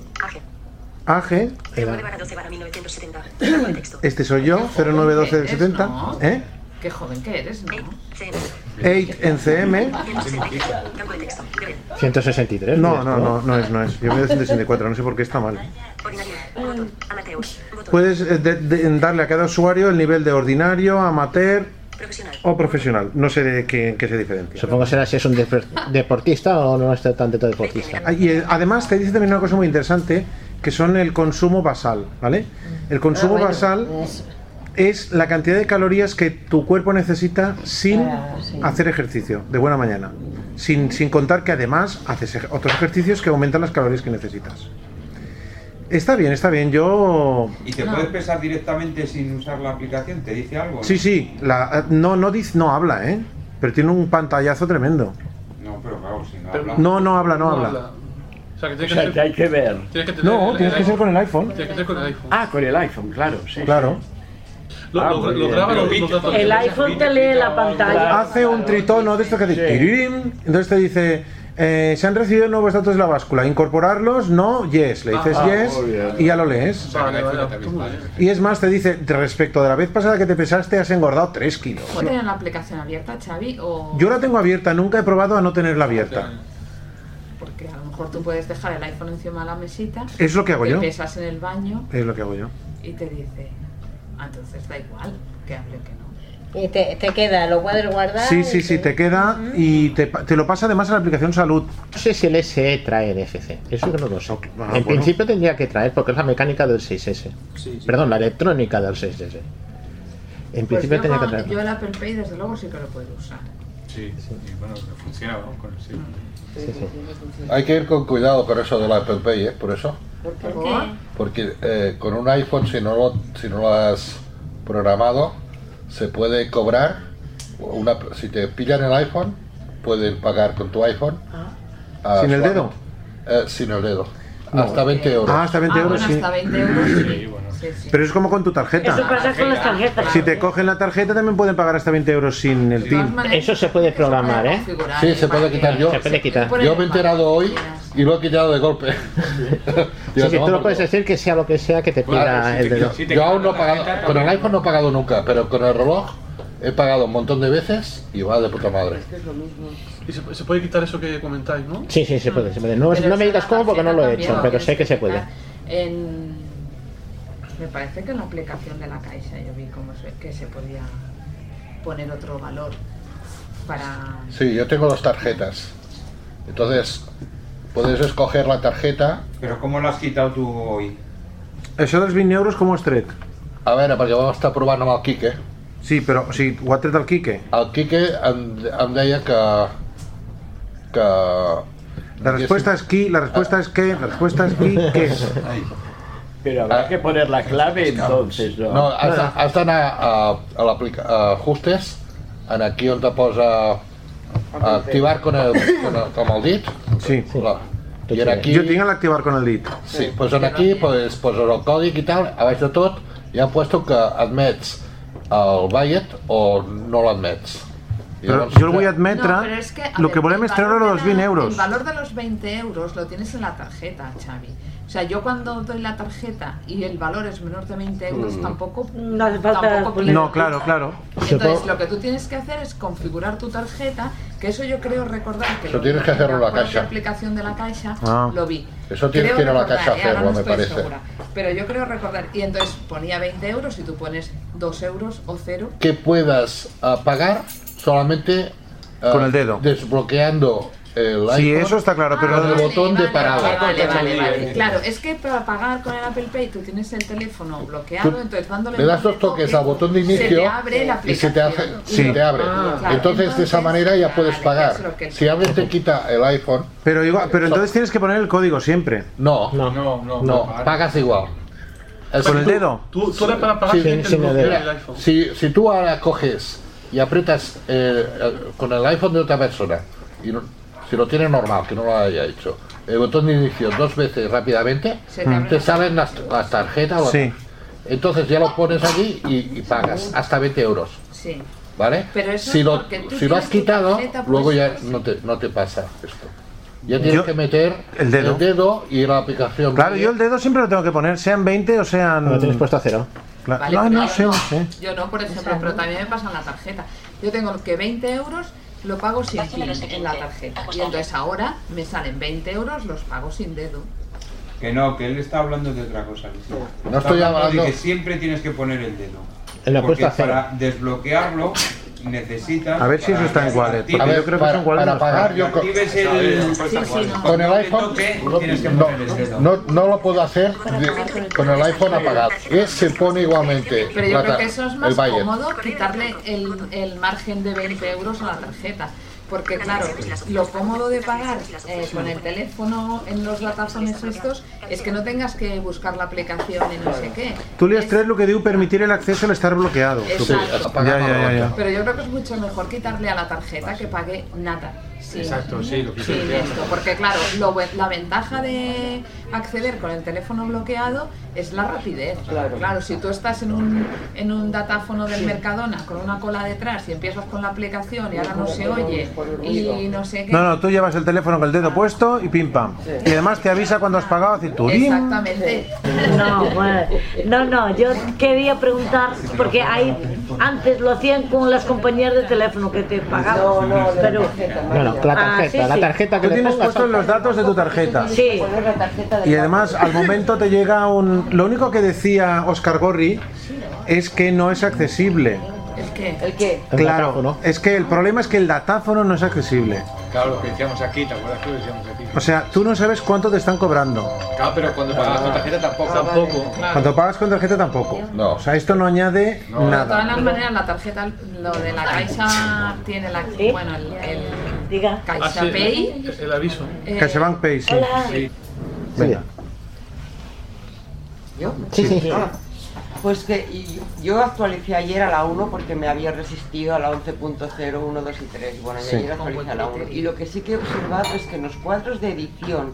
S3: AG,
S20: De 9 barra 12 barra 1970. Campo de texto.
S3: este soy yo, 0912 del 70, ¿eh?
S13: Qué joven que eres, ¿no?
S3: 8 en CM.
S20: Campo de texto. Greve.
S2: 163.
S3: No, no, no, no es, no es. Yo me doy 164, no sé por qué está mal.
S20: Ordinario. Botón. Amateus. Botón.
S3: Puedes eh, de- de- darle a cada usuario el nivel de ordinario, amateur
S20: Profesional.
S3: o profesional. No sé de qué, en qué se diferencia.
S2: Supongo será si es un depor- deportista o no es tanto deportista.
S3: Ah, Y eh, además te dice también una cosa muy interesante, que son el consumo basal, ¿vale? El consumo basal es la cantidad de calorías que tu cuerpo necesita sin
S2: Ah.
S3: hacer ejercicio, de buena mañana. Sin, sin contar que además haces ej- otros ejercicios que aumentan las calorías que necesitas. Está bien, está bien. Yo
S8: Y te puedes pesar directamente sin usar la aplicación, ¿te dice algo?
S3: Sí, sí, la- no, no, dice, no habla, ¿eh? Pero tiene un pantallazo tremendo.
S8: No, pero claro, si no
S3: Pero-
S8: habla.
S3: No, no habla, no habla.
S4: O sea, que,
S3: O sea, que hay que ver.
S4: Tienes que tener
S3: No,
S4: el-
S3: tienes
S4: el
S3: que ser con el iPhone.
S4: Tienes que ser con el iPhone. Ah, con el iPhone, claro. Sí,
S3: Claro.
S4: Lo,
S3: Ah,
S4: lo-
S3: muy
S4: lo
S3: bien.
S4: graba
S3: Pero
S4: los- los
S3: pita-
S4: datos.
S11: El iPhone te lee la pantalla.
S3: Hace un tritono de esto que dice. tiririm, Entonces te dice. eh, se han recibido nuevos datos de la báscula. Incorporarlos, no, yes. Le dices
S4: Ah,
S3: yes
S4: muy bien.
S3: y ya lo lees.
S4: Vale, vale, tú, eh.
S3: Y es más, te dice, respecto de la vez pasada que te pesaste, has engordado 3 kilos.
S13: ¿Puedo tener la aplicación abierta, Xavi? O
S3: Yo la tengo abierta, nunca he probado a no tenerla abierta.
S13: porque a lo mejor tú puedes dejar el iPhone encima de la mesita.
S3: Es lo que hago
S13: te
S3: yo.
S13: pesas en el baño
S3: Es lo que hago yo.
S13: y te dice, "Ah, entonces da igual que hable o que no.
S18: Y te, te queda, lo puedes guardar.
S3: Sí, sí, sí, te queda y te, pa- te lo pasa además a la aplicación salud.
S2: No sé si el SE trae NFC. Eso que no lo
S16: Ah,
S2: sé. en
S3: bueno.
S2: principio tendría que traer porque es la mecánica del 6S. Perdón, la electrónica del 6S. En
S13: Pues
S2: principio
S13: yo,
S2: tenía que
S13: con-
S2: traer.
S13: yo el Apple Pay desde luego sí que lo puedo usar.
S9: Sí, y bueno, funciona, ¿no? Con el sí.
S16: Hay que ir con cuidado con eso del Apple Pay, ¿eh? Por eso.
S13: ¿Por qué?
S16: Porque eh, con un iPhone, si no, lo, si no lo has programado, se puede cobrar. Una, si te pillan el iPhone, pueden pagar con tu iPhone.
S11: Ah,
S16: a
S3: ¿Sin
S16: su
S3: el dedo?
S16: Eh, sin el dedo.
S3: No.
S16: Hasta 20 euros.
S3: Ah, hasta 20
S13: Ah,
S3: euros,
S13: bueno,
S3: sí.
S13: hasta 20 euros. sí. Sí, sí.
S3: Pero es como con tu tarjeta.
S13: Eso pasa con las tarjetas.
S3: Si te cogen la tarjeta también pueden pagar hasta 20 euros sin el PIN.
S2: Eso se puede programar, ¿eh?
S16: Sí, se puede quitar yo.
S2: Se puede quitar.
S16: Yo me he enterado hoy y lo he quitado de golpe.
S2: Sí,
S16: Digo,
S2: sí,
S16: toma
S2: tú
S16: por
S2: lo puedes decir que sea lo que sea que te pida
S16: Claro, si
S2: el
S16: te-
S2: dedo.
S16: si te- Yo aún no he pagado, con el iPhone no he pagado nunca, pero con el reloj he pagado un montón de veces y va de puta madre.
S9: Y se, se puede quitar eso que comentáis, ¿no?
S2: Sí, sí, se puede. Se puede. No, no me digas cómo porque no lo he hecho, pero sé que se puede.
S13: En- Me parece que en la aplicación de la Caixa yo vi cómo se, que se podía poner otro valor para...
S16: Sí, yo tengo dos tarjetas. Entonces, puedes escoger la tarjeta.
S8: Pero ¿cómo lo has quitado tú hoy?
S3: Això dels 20 euros com ho has tret?
S16: A veure, perquè vam estar provant amb el Quique.
S3: Sí, però o sigui, ho ha tret el Quique?
S16: El Quique em, em deia que... que...
S3: La respuesta es qui, la respuesta es què, la respuesta es qui, què és?
S4: Pero habrá que poner la clave entonces, ¿no?
S16: Ah. No, has, de- has d'anar a, a l'aplica... a Ajustes, en aquí on te posa
S3: Ah,
S16: a activar con el, con el, com el dit.
S3: Sí.
S16: La, I en aquí...
S3: Jo tinc l'activar con el dit.
S16: Sí, pues en aquí pues, poses el codi i tal, a baix de tot hi han puesto que admets al Bayet o no l'admets?
S3: Però
S16: Llavors,
S3: jo el vull admetre...
S13: No, pero es que, a
S3: lo
S13: ver,
S3: que volem
S13: el
S3: és treure
S13: valor de
S3: els
S13: la-
S3: 20 euros.
S13: El valor de los 20 euros lo tienes en la tarjeta, Xavi. O sea, yo cuando doy la tarjeta y el valor es menor de 20 euros,
S3: Mm.
S13: tampoco...
S7: No hace falta
S13: tampoco
S7: poner-
S3: No, claro, claro.
S13: Entonces, lo que tú tienes que hacer es configurar tu tarjeta, que eso yo creo recordar que...
S16: Eso
S13: lo-
S16: tienes que hacerlo en la
S13: acuerdo
S16: caixa.
S13: de aplicación de la caixa,
S16: Ah.
S13: lo vi.
S16: Eso tienes que ir a la
S13: recordar,
S16: caixa a
S13: ¿eh? Ahora
S16: hacerlo,
S13: no
S16: me
S13: estoy
S16: parece.
S13: segura. Pero yo creo recordar. Y entonces ponía 20 euros y tú pones 2 euros o 0
S16: que puedas ah, pagar solamente ah,
S3: Con el dedo.
S16: Desbloqueando el
S3: Sí,
S16: iPhone
S3: eso está claro, pero-
S16: con el
S3: Vale,
S16: botón de parada.
S13: Vale, vale, vale. Claro, es que para pagar con el Apple Pay tú tienes el teléfono bloqueado,
S16: Tú
S13: entonces dándole
S16: Le das
S13: un
S16: dos toques al botón de
S13: se te
S16: inicio
S13: abre la
S16: y se te hace,
S13: aplicación.
S16: se te abre.
S13: Ah.
S16: entonces, de esa manera ya puedes pagar. Si alguien te quita el iPhone,
S3: Pero, igual, pero entonces tienes que poner el código siempre.
S16: No, no,
S9: no, no,
S16: pagas igual.
S3: ¿Con el dedo?
S9: Tú, tú eres para pagar
S16: Sí,
S9: sin
S16: sí,
S9: el,
S16: mira,
S9: el iPhone.
S16: Si, si tú ahora coges y aprietas eh, el- con el iPhone de otra persona, y no- si lo tiene normal, que no lo haya hecho, el botón de inicio dos veces rápidamente,
S13: Se
S16: te,
S13: te abre la-
S16: salen las, las tarjetas. o-
S3: Sí.
S16: Entonces ya lo pones allí y, y pagas hasta 20 euros.
S13: Sí.
S16: ¿Vale?
S13: Pero eso
S16: si
S13: es
S16: lo,
S13: porque tú
S16: si lo has
S13: tienes tu
S16: quitado,
S13: tarjeta pues
S16: luego ya
S13: puesta.
S16: no te, no te pasa esto. Ya tienes
S3: Yo-
S16: que meter
S3: el dedo.
S16: y la aplicación.
S3: Claro, yo el dedo siempre lo tengo que poner, sean 20 o sean...
S2: Lo tienes puesto a cero.
S3: Claro.
S13: Vale,
S3: no,
S13: pero
S3: Ah, no
S13: yo
S3: sé, no
S13: no.
S3: sé.
S13: Yo no, por ejemplo, pero también me pasa en la tarjeta. Yo tengo que 20 euros lo pago sin PIN en la tarjeta. Y entonces ahora me salen 20 euros, los pago sin dedo.
S8: Que no, que él está hablando de otra cosa. Luis. Está
S2: estoy hablando-
S8: de que siempre tienes que poner el dedo.
S2: Él le ha
S8: Porque
S2: puesto a cero.
S8: para desbloquearlo necesitas
S3: A ver si eso está en wallet, porque yo creo que eso en wallet no está.
S8: Cuando actives el-
S16: Sí, sí, no.
S8: Cuando
S16: Con el
S8: te
S16: iPhone,
S8: toque,
S16: no-
S8: tienes que
S16: no.
S8: poner el dedo.
S16: No, no lo puedo hacer de- con el iPhone apagado. Que se pone igualmente
S13: Pero yo
S16: la
S13: creo
S16: ta-
S13: que eso es
S16: el
S13: más
S16: Bayern.
S13: cómodo quitarle el, el margen de 20 euros a la tarjeta. Porque claro, lo cómodo de pagar eh, con el teléfono en los latazones estos es que no tengas que buscar la aplicación y no sé qué.
S3: Tú le has traído lo que diu permitir el acceso al estar bloqueado.
S13: Exacto.
S3: Ya, ya, ya, ya.
S13: Pero yo creo que es mucho mejor quitarle a la tarjeta que pague nada. sin-
S1: Exacto, sí, lo que
S13: sin
S1: decía.
S13: esto. Porque claro, lo bu- la ventaja de acceder con el teléfono bloqueado es la rapidez. Claro, si tú estás en un, en un datáfono del Mercadona con una cola detrás y empiezas con la aplicación y ahora no se oye y no sé qué...
S3: No, no, tú llevas el teléfono con el dedo puesto y pim pam. Y además te avisa cuando has pagado, decir tú
S13: Exactamente.
S11: No, bueno, no, no, yo quería preguntar, porque hay, antes lo hacían con las compañías de teléfono que te pagaban. No, no, pero,
S2: No, no, la tarjeta,
S11: Ah, sí,
S2: la
S11: sí.
S2: tarjeta que
S3: Tú
S2: le
S3: tienes
S2: pongas
S3: puestos los datos de tu tarjeta.
S11: Sí.
S3: Y además, al momento te llega un. Lo único que decía Oscar Gorri es que no es accesible.
S13: ¿El qué?
S6: ¿El qué?
S3: Claro, es que el problema es que el datáfono no es accesible.
S1: Claro, lo que decíamos aquí, ¿te acuerdas que lo decíamos aquí?
S3: O sea, tú no sabes cuánto te están cobrando.
S1: Claro, pero cuando pagabas con tarjeta tampoco. tampoco.
S3: Cuando pagas con tarjeta tampoco. No. O sea, esto no añade
S13: De todas las
S3: nada.
S13: maneras, la tarjeta, lo de la Caixa tiene la... Bueno, el, el
S9: Ah, sí,
S13: Caixa Pay...
S9: el, el aviso.
S13: eh,
S3: CaixaBank Pay, sí.
S13: hola.
S3: Venga.
S6: ¿Yo?
S3: Sí, sí, sí.
S6: Ah, pues que y- yo actualicé ayer a la 1 porque me había resistido a la 11.0, 1, 2 y 3. Bueno, y
S3: Sí.
S6: ayer actualicé a la 1. Y lo que sí que he observado es que en los cuadros de edición,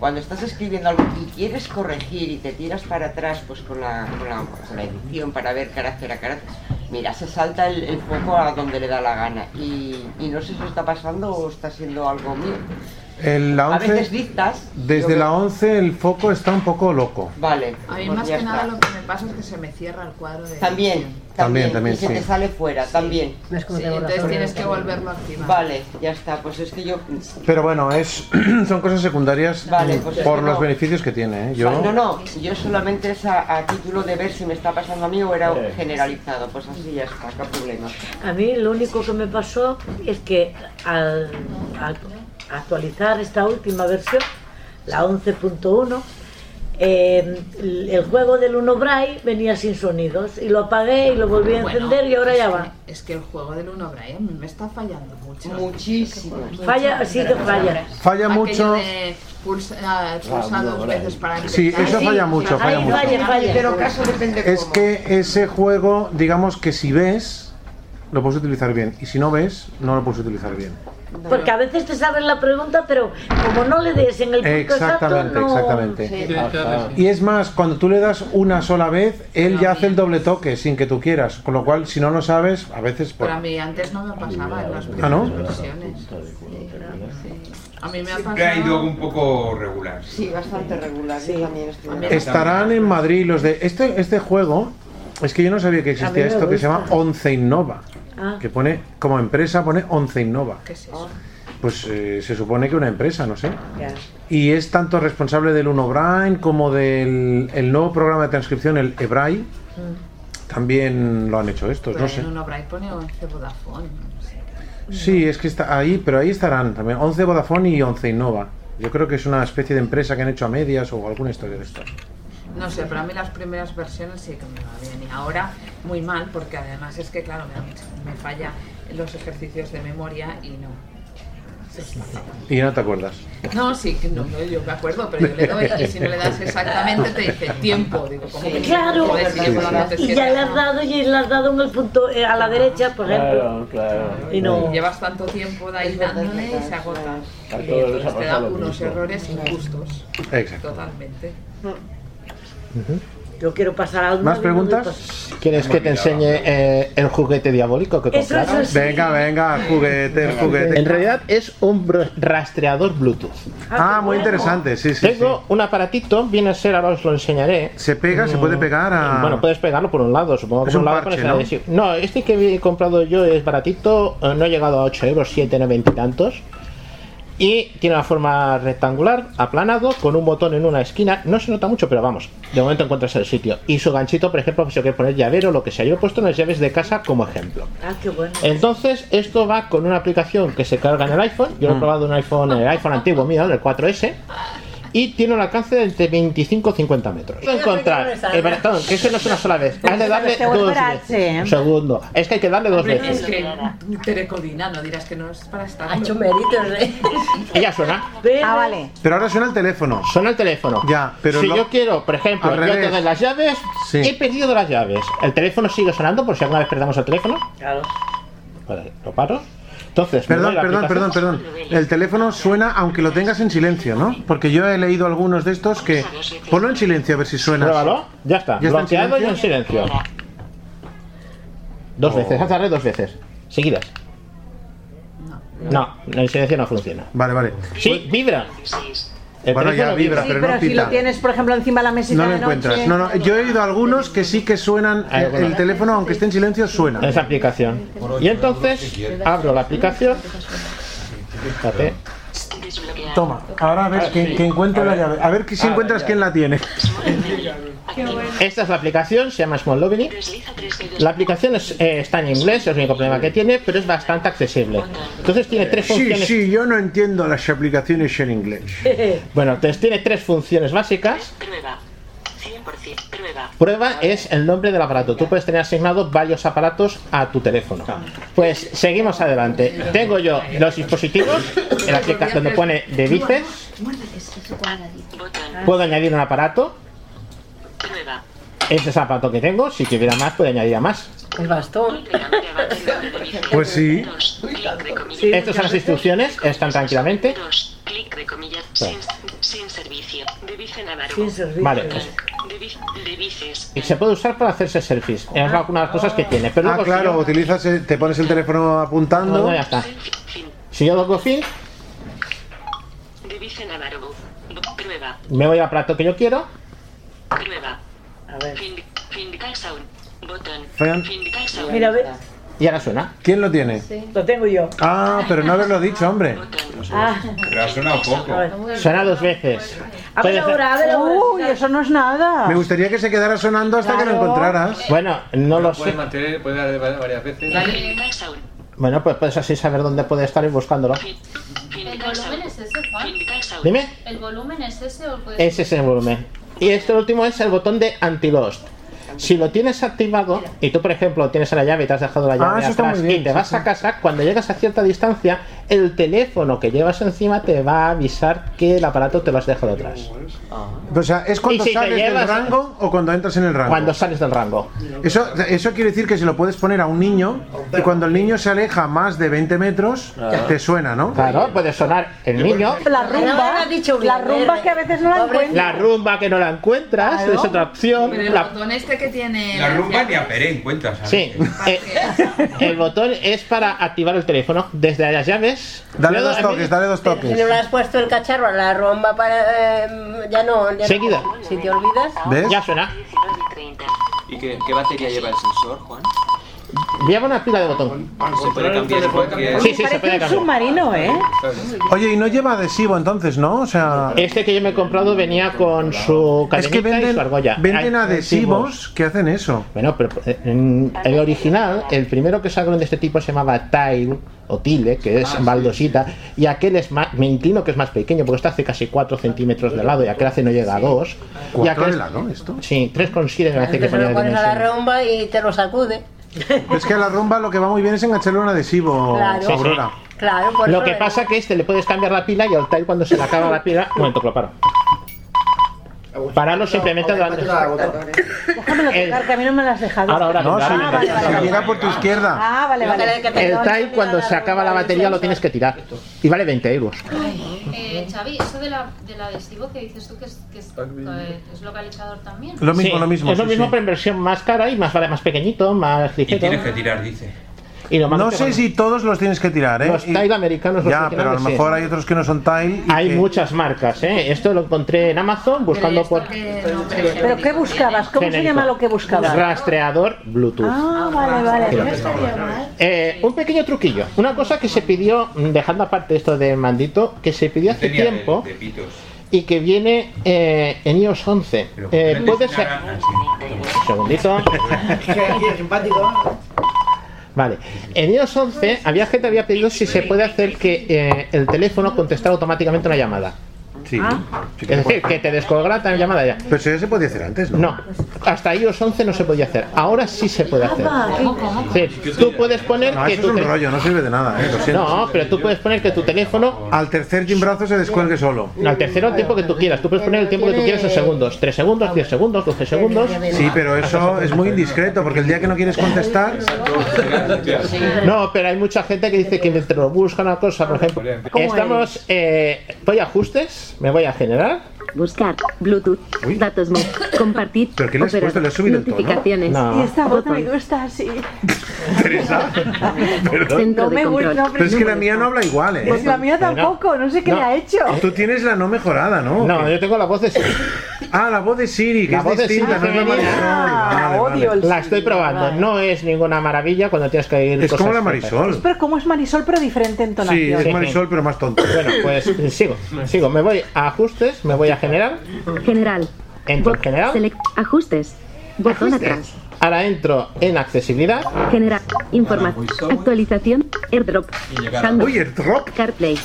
S6: cuando estás escribiendo algo y quieres corregir y te tiras para atrás pues con la, con la, con la edición para ver carácter a carácter, mira, se salta el, el foco a donde le da la gana. Y, y no sé si está pasando o está siendo algo mío.
S3: El- la
S6: A veces
S3: 11,
S6: dictas. yo
S3: desde
S6: veo-
S3: la 11 el foco está un poco loco.
S6: Vale.
S13: A mí
S6: pues
S13: más
S6: ya
S13: que
S6: está.
S13: nada lo que me pasa es que se me cierra el cuadro de...
S6: También,
S3: También,
S6: también,
S3: también,
S6: y se
S3: sí.
S6: te sale fuera, también.
S13: Sí, entonces tienes que volverlo a activar.
S6: Vale, ya está, pues es que yo...
S3: Pero bueno, es son cosas secundarias
S6: Vale, pues es
S3: por
S6: que
S3: los
S6: no.
S3: beneficios que tiene. ¿eh? Yo,
S6: No, no, yo solamente es a, a título de ver si me está pasando a mí o era
S11: Eh.
S6: generalizado, pues así ya está, qué problema.
S11: A mí lo único que me pasó es que al, al actualizar esta última versión, la 11.1, eh, el el juego del Uno Braille venía sin sonidos y lo apagué y lo volví
S13: Bueno,
S11: a
S13: pues
S11: encender y ahora ya
S13: es
S11: va.
S13: que- Es que el juego del Uno Braille me está fallando mucho.
S6: Muchísimo.
S11: Falla, sí que falla.
S3: Falla
S13: Aquello
S3: mucho.
S13: de pulsa, ah, pulsa dos veces para
S3: Sí,
S13: empezar.
S3: eso falla mucho, falla Eh, mucho.
S6: Pero caso depende
S3: Es
S6: cómo.
S3: que ese juego, digamos que si ves, lo puedes utilizar bien. Y si no ves, no lo puedes utilizar bien.
S11: Porque a veces te sabes la pregunta, pero como no le des en el punto
S3: Exactamente,
S11: exacto, no...
S3: exactamente.
S11: Sí.
S3: Y es más, cuando tú le das una sola vez, él ya hace el doble toque sin que tú quieras. Con lo cual, si no lo sabes, a veces. pues,
S13: Pero a mí antes no me pasaba en las
S3: Ah, ¿no?
S13: versiones. Sí, sí. A mí me ha
S8: Siempre ha ido
S13: pasado.
S8: un poco regular.
S6: Sí, bastante regular. Yo también estoy
S3: Estarán en Madrid los de. Este, este juego, es que yo no sabía que
S6: A mí
S3: existía
S6: me
S3: esto que se llama
S6: gusta.
S3: Once Innova.
S6: Ah.
S3: Que pone, como empresa, pone Once Innova.
S13: ¿Qué es eso?
S3: Pues eh, se supone que una empresa, no sé. Y es tanto responsable del Unobrain como del el nuevo programa de transcripción, el Ebrai. También lo han hecho estos, Pues no
S13: Pero
S3: sé.
S13: en uno Bright pone 11 Vodafone. no sé.
S3: Sí, es que está ahí, pero ahí estarán también. 11 Vodafone y 11 Innova. Yo creo que es una especie de empresa que han hecho a medias o alguna historia de estas.
S13: No sé, pero a mí las primeras versiones sí que me va bien. Y ahora muy mal, porque además es que, claro, me, da mucho- me falla los ejercicios de memoria y no. Es la pena.
S3: Y no te acuerdas.
S13: No, sí, que no, no, yo me acuerdo, pero yo le doy y si no le das exactamente te dice tiempo. Digo, ¿cómo que
S11: Claro,
S13: tiempo? Joder, si ya por la noche es
S11: y
S13: que
S11: ya
S13: te-
S11: le has dado y le has dado en el punto eh, a la derecha, por ejemplo.
S4: Claro, claro.
S11: Y no.
S13: Llevas tanto tiempo de ahí dándole y se agota.
S4: A todos
S13: Y
S4: les ha
S13: entonces te da
S4: pasado lo
S13: unos
S4: mismo.
S13: errores injustos.
S3: Exacto.
S13: Totalmente.
S11: Yo quiero pasar al
S3: ¿Más
S11: móvil, no me
S3: preguntas?
S2: ¿Quieres que te enseñe eh, el juguete diabólico que
S11: Eso,
S2: compraron?
S11: eso sí. Venga,
S3: venga, juguete, juguete.
S2: En realidad es un br- rastreador Bluetooth.
S3: Ah, muy interesante, sí, sí.
S2: Tengo un aparatito, viene a ser, ahora os lo enseñaré. Mm, eh,
S3: ¿Se pega? ¿Se puede pegar a...?
S2: Bueno, puedes pegarlo por un lado, supongo que
S3: Es
S2: por
S3: un
S2: lado
S3: parche,
S2: pones el
S3: ¿no?
S2: adhesivo. No, este que he comprado yo es baratito, eh, no he llegado a 8 euros, 7, 90 y tantos. Y tiene una forma rectangular, aplanado, con un botón en una esquina. No se nota mucho, pero vamos, de momento encuentras el sitio. Y su ganchito, por ejemplo, si quieres poner llavero, lo que sea. Yo he puesto unas llaves de casa como ejemplo.
S11: Ah, qué bueno.
S2: Eh, Entonces, esto va con una aplicación que se carga en el iPhone. Yo lo he
S11: Mm.
S2: probado en el iPhone, en el iPhone antiguo mío, en el 4S. Y tiene un alcance de entre 25 y 50 metros. Puedo encontrar el baratón, que eso no es una sola vez. Hay que darle
S7: Seguro
S2: dos
S7: para H, ¿eh?
S2: veces. Segundo. Es que hay que darle dos
S13: Hombre,
S2: veces.
S13: es que terecodina, no dirás que no es para estar.
S11: Ha hecho méritos, ¿eh?
S2: Ella suena.
S11: Ah,
S7: vale.
S3: Pero ahora suena el teléfono.
S2: Suena el teléfono.
S3: Ya, pero
S2: si
S3: lo-
S2: yo quiero, por ejemplo,
S3: Al
S2: yo te
S3: revés.
S2: doy las llaves,
S3: Sí.
S2: he perdido las llaves. El teléfono sigue sonando por si alguna vez perdamos el teléfono.
S11: Claro.
S2: Vale, lo paro. Entonces, me voy
S3: Perdón,
S2: a la
S3: perdón, perdón,
S2: aplicación.
S3: perdón. El teléfono suena aunque lo tengas en silencio, ¿no? Porque yo he leído algunos de estos que... Ponlo en silencio a ver si suena.
S2: Pruébalo. Ya está.
S3: ¿Ya está en
S2: bloqueado y en silencio. Dos
S3: Oh.
S2: veces, haz la red dos veces. Seguidas. No, en silencio no funciona.
S3: Vale, vale. Pues-
S2: Sí, vibra. El
S3: Bueno, ya
S2: teléfono
S3: vibra,
S7: Sí,
S3: pero
S7: pero,
S3: no
S7: si
S3: pita.
S7: lo tienes, por ejemplo, encima de la mesita
S3: No lo
S7: de noche.
S3: encuentras. No, no, yo he oído algunos que sí que suenan...
S2: Hay
S3: El,
S2: algunos.
S3: el teléfono, aunque esté en silencio, suena.
S2: Ah, Esa aplicación. Y entonces abro la aplicación. Fíjate.
S3: Toma, ahora a ver
S2: Ahora
S3: que,
S2: sí.
S3: que encuentra
S2: A
S3: la
S2: ver.
S3: llave. A ver que si
S2: Ah,
S3: encuentras
S2: ya.
S3: quién la tiene.
S2: Esta es la aplicación, se llama Small Lovely. La aplicación es, eh, está en inglés, es el único problema que tiene, pero es bastante accesible. Entonces tiene tres
S3: Sí,
S2: funciones
S3: sí, yo no entiendo las aplicaciones en inglés.
S2: Bueno, entonces tiene tres funciones básicas.
S20: Prueba. 100% prueba.
S2: Prueba es el nombre del aparato. Tú puedes tener asignados varios aparatos a tu teléfono. Pues seguimos adelante. Tengo yo los dispositivos, en la aplicación donde pone de bíceps.
S20: Botón.
S2: Puedo añadir un aparato.
S20: Prueba.
S2: Este es el aparato que tengo. Si tuviera más, puedo añadir a más.
S11: El bastón.
S2: Pues sí.
S20: Clic de comillas.
S2: Estas son las instrucciones. Están tranquilamente.
S20: Clic de comillas.
S2: Vale.
S20: Sin, sin servicio. De Vicen Amargo.
S11: Sin servicio.
S2: Vale.
S20: De, Vic- de Vices.
S2: Y se puede usar para hacerse selfies. Es alguna de las cosas que tiene. Pero
S3: Ah,
S2: luego si
S3: claro,
S2: yo-
S3: utilizas, eh, te pones el teléfono apuntando.
S2: Bueno, ya está. Si yo doy fin,
S20: De Vicen Amargo. Bo- Prueba.
S2: me voy al aparato que yo quiero.
S20: Prueba.
S11: A ver.
S20: Fin, fin de call sound. Botón.
S3: Fran.
S20: Fin de call sound.
S11: Mira, ve.
S2: Y ahora suena.
S3: ¿Quién lo tiene?
S11: Lo tengo yo.
S3: Ah, pero no haberlo dicho, hombre.
S11: Ah.
S8: Pero ha sonado poco.
S2: Suena dos veces.
S11: A ver ahora, a ver ahora.
S7: Uy, eso no es nada.
S3: Me gustaría que se quedara sonando hasta que lo
S7: Claro.
S3: encontraras.
S2: Bueno, no lo sé.
S1: Puedes mantener, puedes darle va- varias veces.
S20: Fin de call sound.
S2: Bueno, pues puedes así saber dónde puede estar y buscándolo.
S20: Fin de
S5: ¿El
S20: call
S5: volumen
S20: sound.
S5: es ese, Juan?
S20: Fin de call sound.
S2: Dime.
S5: ¿El volumen es ese o puede
S2: Ese es el volumen. Y este último es el botón de anti-lost. Si lo tienes activado y tú, por ejemplo, tienes la llave y te has dejado la llave
S3: Ah, eso está
S2: atrás
S3: muy bien,
S2: y te
S3: sí,
S2: vas
S3: sí.
S2: a casa, cuando llegas a cierta distancia, el teléfono que llevas encima te va a avisar que el aparato te lo has dejado atrás. Ah.
S3: O sea, es cuando
S2: Y si te
S3: sales del
S2: llevas-
S3: rango o cuando entras en el rango.
S2: Cuando sales del rango.
S3: Eso, eso quiere decir que se lo puedes poner a un niño y cuando el niño se aleja más de 20 metros,
S2: Claro.
S3: te suena, ¿no?
S2: Claro, puede sonar el niño.
S7: La rumba, la rumba que a veces no la encuentro.
S2: La rumba que no la encuentras
S7: Claro.
S2: es otra opción.
S13: Pero el
S2: La-
S13: botón este que tiene.
S8: La rumba ni a Peré encuentras. ¿sabes?
S2: Sí, eh, el botón es para activar el teléfono desde las llaves.
S3: Dale
S2: Luego,
S3: dos
S2: a mí-
S3: toques, dale dos
S18: Si no
S3: toques.
S18: le has puesto el cacharro a la romba para. eh, ya no. Ya
S2: Seguida.
S18: no. Si te olvidas.
S2: ¿Ves? Ya suena.
S5: ¿Y qué, qué batería lleva el sensor, Juan?
S2: Lleva una pila de botón.
S5: Se puede cambiar.
S2: Sí, sí, se puede
S7: un
S2: cambiar.
S7: submarino, ¿eh?
S3: Oye, y no lleva adhesivo entonces, ¿no? O sea,
S2: Este que yo me he comprado venía con su
S3: es
S2: cadenita
S3: que
S2: y
S3: venden,
S2: su argolla.
S3: venden
S2: Hay
S3: adhesivos que hacen eso.
S2: Bueno, pero eh, en el original, el primero que sacaron de este tipo se llamaba Tile o Tile, que
S3: Ah,
S2: es baldosita, y aquel es más, me inclino que es más pequeño, porque este hace casi 4 centímetros de lado y aquel hace no llega a 2.
S3: ¿Cuatro de lado,
S2: esto? Sí, 3,7 me hace que
S18: Entonces
S2: ponía
S18: lo
S2: de
S18: pones a la
S2: dimensión.
S18: rumba y te lo sacude.
S3: Es que a la rumba lo que va muy bien es engancharle un adhesivo,
S18: Claro.
S3: Aurora.
S18: Claro, pues. por
S2: Lo
S18: eso
S2: que
S18: es.
S2: pasa que este le puedes cambiar la pila y al Tile cuando se le acaba la pila... Un momento, que lo paro. Pararlo simplemente durante...
S7: Déjamelo tocar, que a mí no me las has dejado.
S2: Ahora, ahora,
S7: Ah,
S2: no, sí,
S7: vale,
S2: sí,
S7: vale,
S2: sí,
S7: vale.
S2: llega por tu izquierda.
S7: Ah, vale, vale.
S2: El Tile cuando se acaba la batería lo tienes que tirar. Y vale 20 euros.
S14: Eh, Xavi, eso de la, del adhesivo que dices tú que es, que es, que es localizador también.
S2: Sí, Es lo mismo, pero en versión más cara y más vale más pequeñito, más
S8: Y
S2: ligero.
S8: tienes que tirar, dice.
S2: Y lo malo
S3: No
S2: es que
S3: sé
S2: cuando-
S3: si todos los tienes que tirar, ¿eh?
S2: Los
S3: Y-
S2: Tile americanos, los
S3: Ya, pero a lo
S2: originales, sí.
S3: mejor hay otros que no son Tile.
S2: Hay muchas marcas, ¿eh? Esto lo encontré en Amazon buscando por
S7: ¿Pero qué buscabas? ¿Cómo se
S2: Genérico.
S7: llama lo que buscabas?
S2: rastreador Bluetooth.
S7: Ah, vale, vale.
S2: Creo que es. Eh, un pequeño truquillo. Una cosa que se pidió, mm, dejando aparte esto del mandito, que se pidió hace
S8: Tenía de-
S2: tiempo
S8: de pitos.
S2: y que viene eh, en iOS 11. Eh, puede ser. Un segundito.
S17: simpático.
S2: Vale. En iOS 11 había gente que había pedido si se puede hacer que eh, el teléfono contestara automáticamente una llamada.
S3: Sí.
S2: Es decir, que te descolgara la llamada ya.
S3: Pero eso ya se podía hacer antes, ¿no?
S2: No, hasta iOS 11 no se podía hacer. Ahora sí se puede hacer. Es decir, tú puedes poner
S3: No,
S2: que
S3: eso es
S2: tu
S3: un
S2: tel-
S3: rollo, no sirve de nada, ¿eh? Lo siento.
S2: No, pero tú puedes poner que tu teléfono
S3: al tercer brazo se descuelgue solo.
S2: Al tercero el tiempo que tú quieras. Tú puedes poner el tiempo que tú quieras en segundos. 3 segundos, 10 segundos, 12 segundos.
S3: Sí, pero eso es muy indiscreto, porque el día que no quieres contestar.
S2: No, pero hay mucha gente que dice que mientras lo busca una cosa, por ejemplo.
S3: ¿Cómo
S2: Estamos. eh, voy a ajustes, me voy a generar.
S23: Buscar, Bluetooth, datos móviles, compartir,
S2: ¿Pero qué le has
S23: operar,
S2: puesto? ¿Le has subido el tono?
S23: notificaciones,
S2: No.
S23: Y
S7: Y esta voz
S23: botón,
S7: me gusta así.
S3: Perdón.
S7: No me gusta. no me-
S3: Pero es que la mía no habla igual, ¿eh?
S7: Pues la mía tampoco, no sé qué
S3: No.
S7: le ha hecho.
S3: Tú tienes la no mejorada, ¿no?
S2: Eh, No, yo tengo la voz de Siri.
S3: Ah, la voz de Siri, que
S2: La
S3: es
S2: voz de
S3: distinta,
S2: Siri
S3: no
S7: Ah,
S3: es la
S2: femenina.
S3: Marisol.
S23: Ah,
S3: Vale, vale.
S2: La estoy probando. No es ninguna maravilla cuando tienes que ir.
S3: Es
S2: cosas
S3: como la
S2: sueltas.
S3: Marisol.
S7: Pero como es Marisol, pero diferente entonación.
S3: Sí, es Marisol, pero más tonto.
S2: Bueno, pues eh, sigo, sigo. Me voy a ajustes, me voy a general.
S23: general,
S2: Entro en general.
S23: select, ajustes, botón atrás,
S2: Ahora entro en accesibilidad.
S23: general, información, actualización, airdrop,
S2: Y llegar a-
S23: Hangout,
S2: Uy, airdrop.
S23: CarPlay,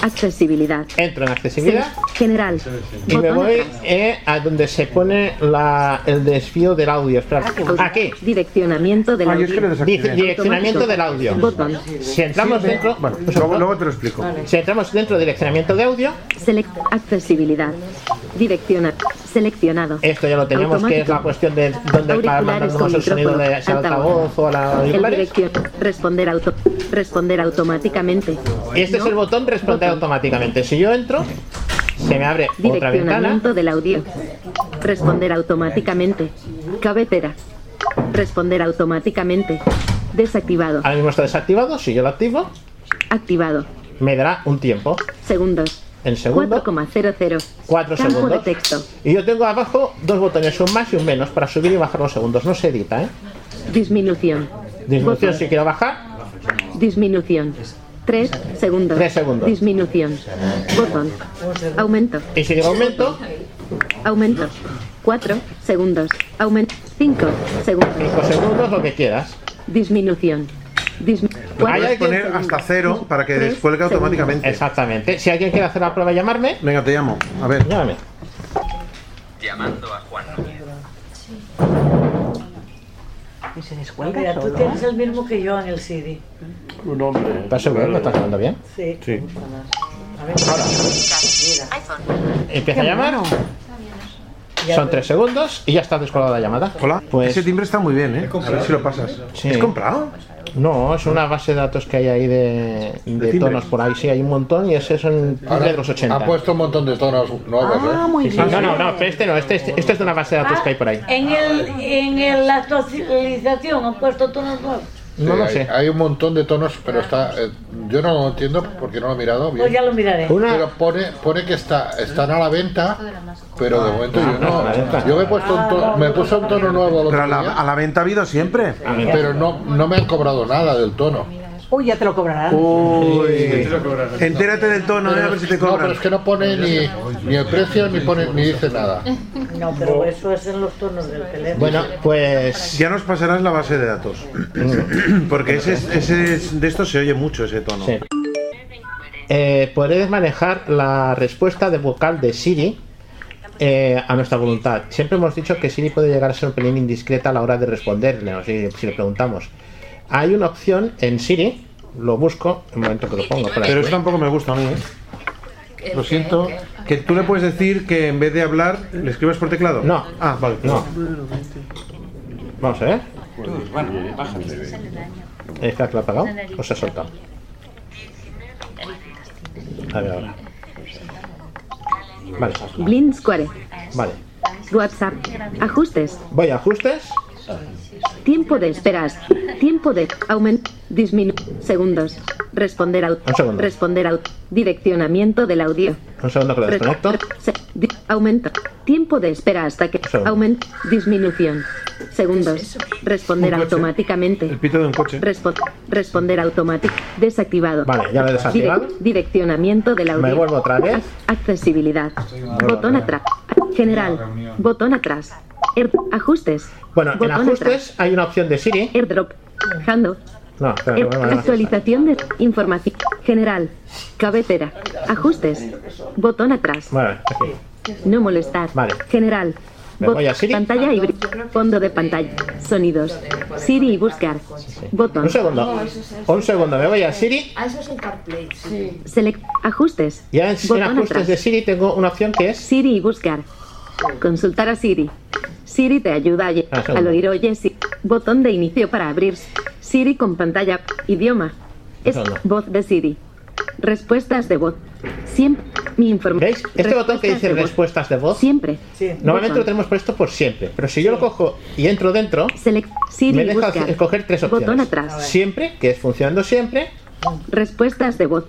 S23: accesibilidad,
S2: Entro en accesibilidad.
S23: select, general,
S2: Y me
S23: botón
S2: voy
S23: atrás,
S2: eh, a donde se pone la, el desvío del audio. Espera,
S23: Ah,
S2: aquí.
S23: direccionamiento
S7: Ah,
S23: del audio,
S2: Dice direccionamiento del audio.
S23: Botón.
S2: Si entramos dentro, luego,
S3: te lo explico.
S2: Si entramos dentro de direccionamiento de audio,
S23: select, accesibilidad, direcciona, seleccionado,
S2: esto ya lo tenemos que es la
S23: Automático.
S2: cuestión de dónde va
S23: Auriculares con
S2: mandándonos el sonido
S23: micrófono,
S2: de si al altavoz o a la
S23: El
S2: auriculares.
S23: dirección, responder auto, responder automáticamente.
S2: Este es el botón responder automáticamente. Si yo entro, se me abre otra ventana.
S23: Direccionamiento del audio. Responder automáticamente. Cabecera. Responder automáticamente. Desactivado.
S2: Ahora mismo está desactivado. Si yo lo activo,
S23: Activado.
S2: me dará un tiempo.
S23: Segundos.
S2: En segundo,
S23: 4,00.
S2: 4
S23: Campo de
S2: segundos.
S23: texto.
S2: Y yo tengo abajo dos botones, un más y un menos, para subir y bajar los segundos. No se edita, ¿eh?
S23: Disminución.
S2: Disminución si quiero bajar.
S23: Disminución. 3 segundos.
S2: Tres segundos.
S23: Disminución. Botón. Aumento.
S2: Y si digo aumento.
S23: Aumento. 4 segundos. Aumento. 5 segundos.
S2: 5 segundos, lo que quieras.
S23: Disminución. Dismi
S3: Lo puedes poner hasta cero para que descuelgue automáticamente.
S2: Exactamente. Si alguien quiere hacer la prueba y llamarme.
S3: Venga, te llamo. A ver.
S2: Llámame.
S5: Llamando a Juan Núñez.
S7: Y se descuelga
S11: Mira, tú
S7: solo.
S11: tienes el mismo que yo en el CD.
S4: Un hombre.
S2: ¿Estás seguro? ¿Lo estás hablando bien?
S11: Sí.
S2: Sí.
S11: A ver.
S2: Empieza a
S11: Qué
S2: llamar.
S11: bueno.
S2: Son tres segundos y ya está descolgada la llamada. Hola. Pues...
S3: Ese timbre está muy bien, ¿eh? A ver si lo pasas.
S2: Sí.
S3: ¿Es comprado?
S2: No, es una base de datos que hay ahí de, de
S3: timbres.
S2: tonos por ahí. Sí, hay un montón y ese es un timbre de los 80.
S16: Ha puesto un montón de tonos nuevos,
S11: Ah,
S16: ¿eh?
S11: muy bien.
S2: No, no, no, pero este no. Este, este, este es de una base de
S13: Ah,
S2: datos que hay por ahí.
S11: En, el, en el- la actualización han puesto tonos nuevos.
S2: No lo
S16: hay,
S2: sé.
S16: Hay un montón de tonos, pero está. eh, yo no lo entiendo porque no lo he mirado bien.
S11: Ah. Pues ya lo miraré.
S16: Pero pone, pone que está, están a la venta, pero de
S2: Ah.
S16: momento yo no. Yo me he puesto un
S11: Ah,
S16: tono, me puse un tono nuevo. el otro
S3: Pero a
S16: día,
S3: la, a la venta ha habido siempre.
S16: pero no, no me han cobrado nada del tono.
S7: Uy, ya te lo cobrarán.
S3: Uy. Entérate del tono, eh, a ver si te
S16: No, pero
S3: cobran.
S16: es que no pone ni, ni el precio ni pone ni dice nada.
S11: No, pero eso es en los tonos del teléfono.
S2: pues. Mm.
S3: Ya nos pasarás la base de datos. Porque ese, es- ese es- de esto se oye mucho ese tono.
S2: Sí. Eh, podréis manejar la respuesta de vocal de Siri eh, a nuestra voluntad. Siempre hemos dicho que Siri puede llegar a ser un pelín indiscreta a la hora de responderle, o si, si le preguntamos. Hay una opción en Siri, lo busco, el momento que lo pongo. por
S3: Pero
S2: aquí.
S3: eso tampoco me gusta a mí, ¿eh? Lo siento. Que tú le puedes decir que en vez de hablar, le escribas por teclado.
S2: No.
S3: Ah, vale.
S2: No. Vamos a ver.
S5: Bueno, bájate.
S2: ¿Está que lo ha apagado o se ha soltado? A ver ahora. Vale,
S23: Blind Square.
S2: vale.
S23: WhatsApp. Ajustes.
S2: Voy a ajustes.
S23: Tiempo de esperas. Tiempo de aument disminu segundos. Responder out.
S2: Un segundo.
S23: Responder out. Direccionamiento del audio.
S2: Un segundo que lo desconecto.
S23: Se- di- aumenta. Tiempo de espera hasta que
S2: segundo.
S23: aumenta. Disminución. Segundos. Responder
S2: Un coche.
S23: automáticamente.
S2: El pito de un coche.
S23: Respo- responder automático. Desactivado.
S2: Vale, ya lo he desactivado.
S23: Direc- direccionamiento del audio.
S2: Me vuelvo otra vez.
S23: Ac- Accesibilidad. Botón atrás. General. Botón atrás. Air- ajustes.
S2: Bueno, en
S23: Botón
S2: ajustes hay una opción de Siri.
S23: Airdrop. Handle.
S2: No, espera, que
S23: Air-
S2: vuelva a ver.
S23: actualización de información. General. Cabecera. Ajustes. Botón atrás.
S2: Vale, aquí.
S23: No molestar. General.
S2: Me
S23: Bot-
S2: voy a Siri.
S23: Pantalla y bri- fondo de pantalla. Sonidos. Siri y buscar. Botón.
S2: Un segundo. Un segundo, me voy a Siri.
S22: Ah, eso es el CarPlay. Sí.
S23: Select ajustes.
S2: Ya en, en
S23: Botón
S2: ajustes
S23: atrás.
S2: de Siri tengo una opción que es.
S23: Siri y buscar. Consultar a Siri. Siri te ayuda a-
S2: Ah, segundo.
S23: al oír oye Si- Botón de inicio para abrir. Siri con pantalla. Idioma. Es
S2: Segundo.
S23: voz de Siri. Respuestas de voz. Siempre. Mi información.
S2: Este botón que dice respuestas de voz.
S23: Siempre.
S2: Normalmente lo tenemos puesto por siempre, pero si yo lo cojo y entro dentro,
S23: Siri
S2: me deja
S23: buscar.
S2: escoger tres opciones.
S23: Botón atrás.
S2: Siempre, que es funcionando siempre.
S23: Respuestas de voz.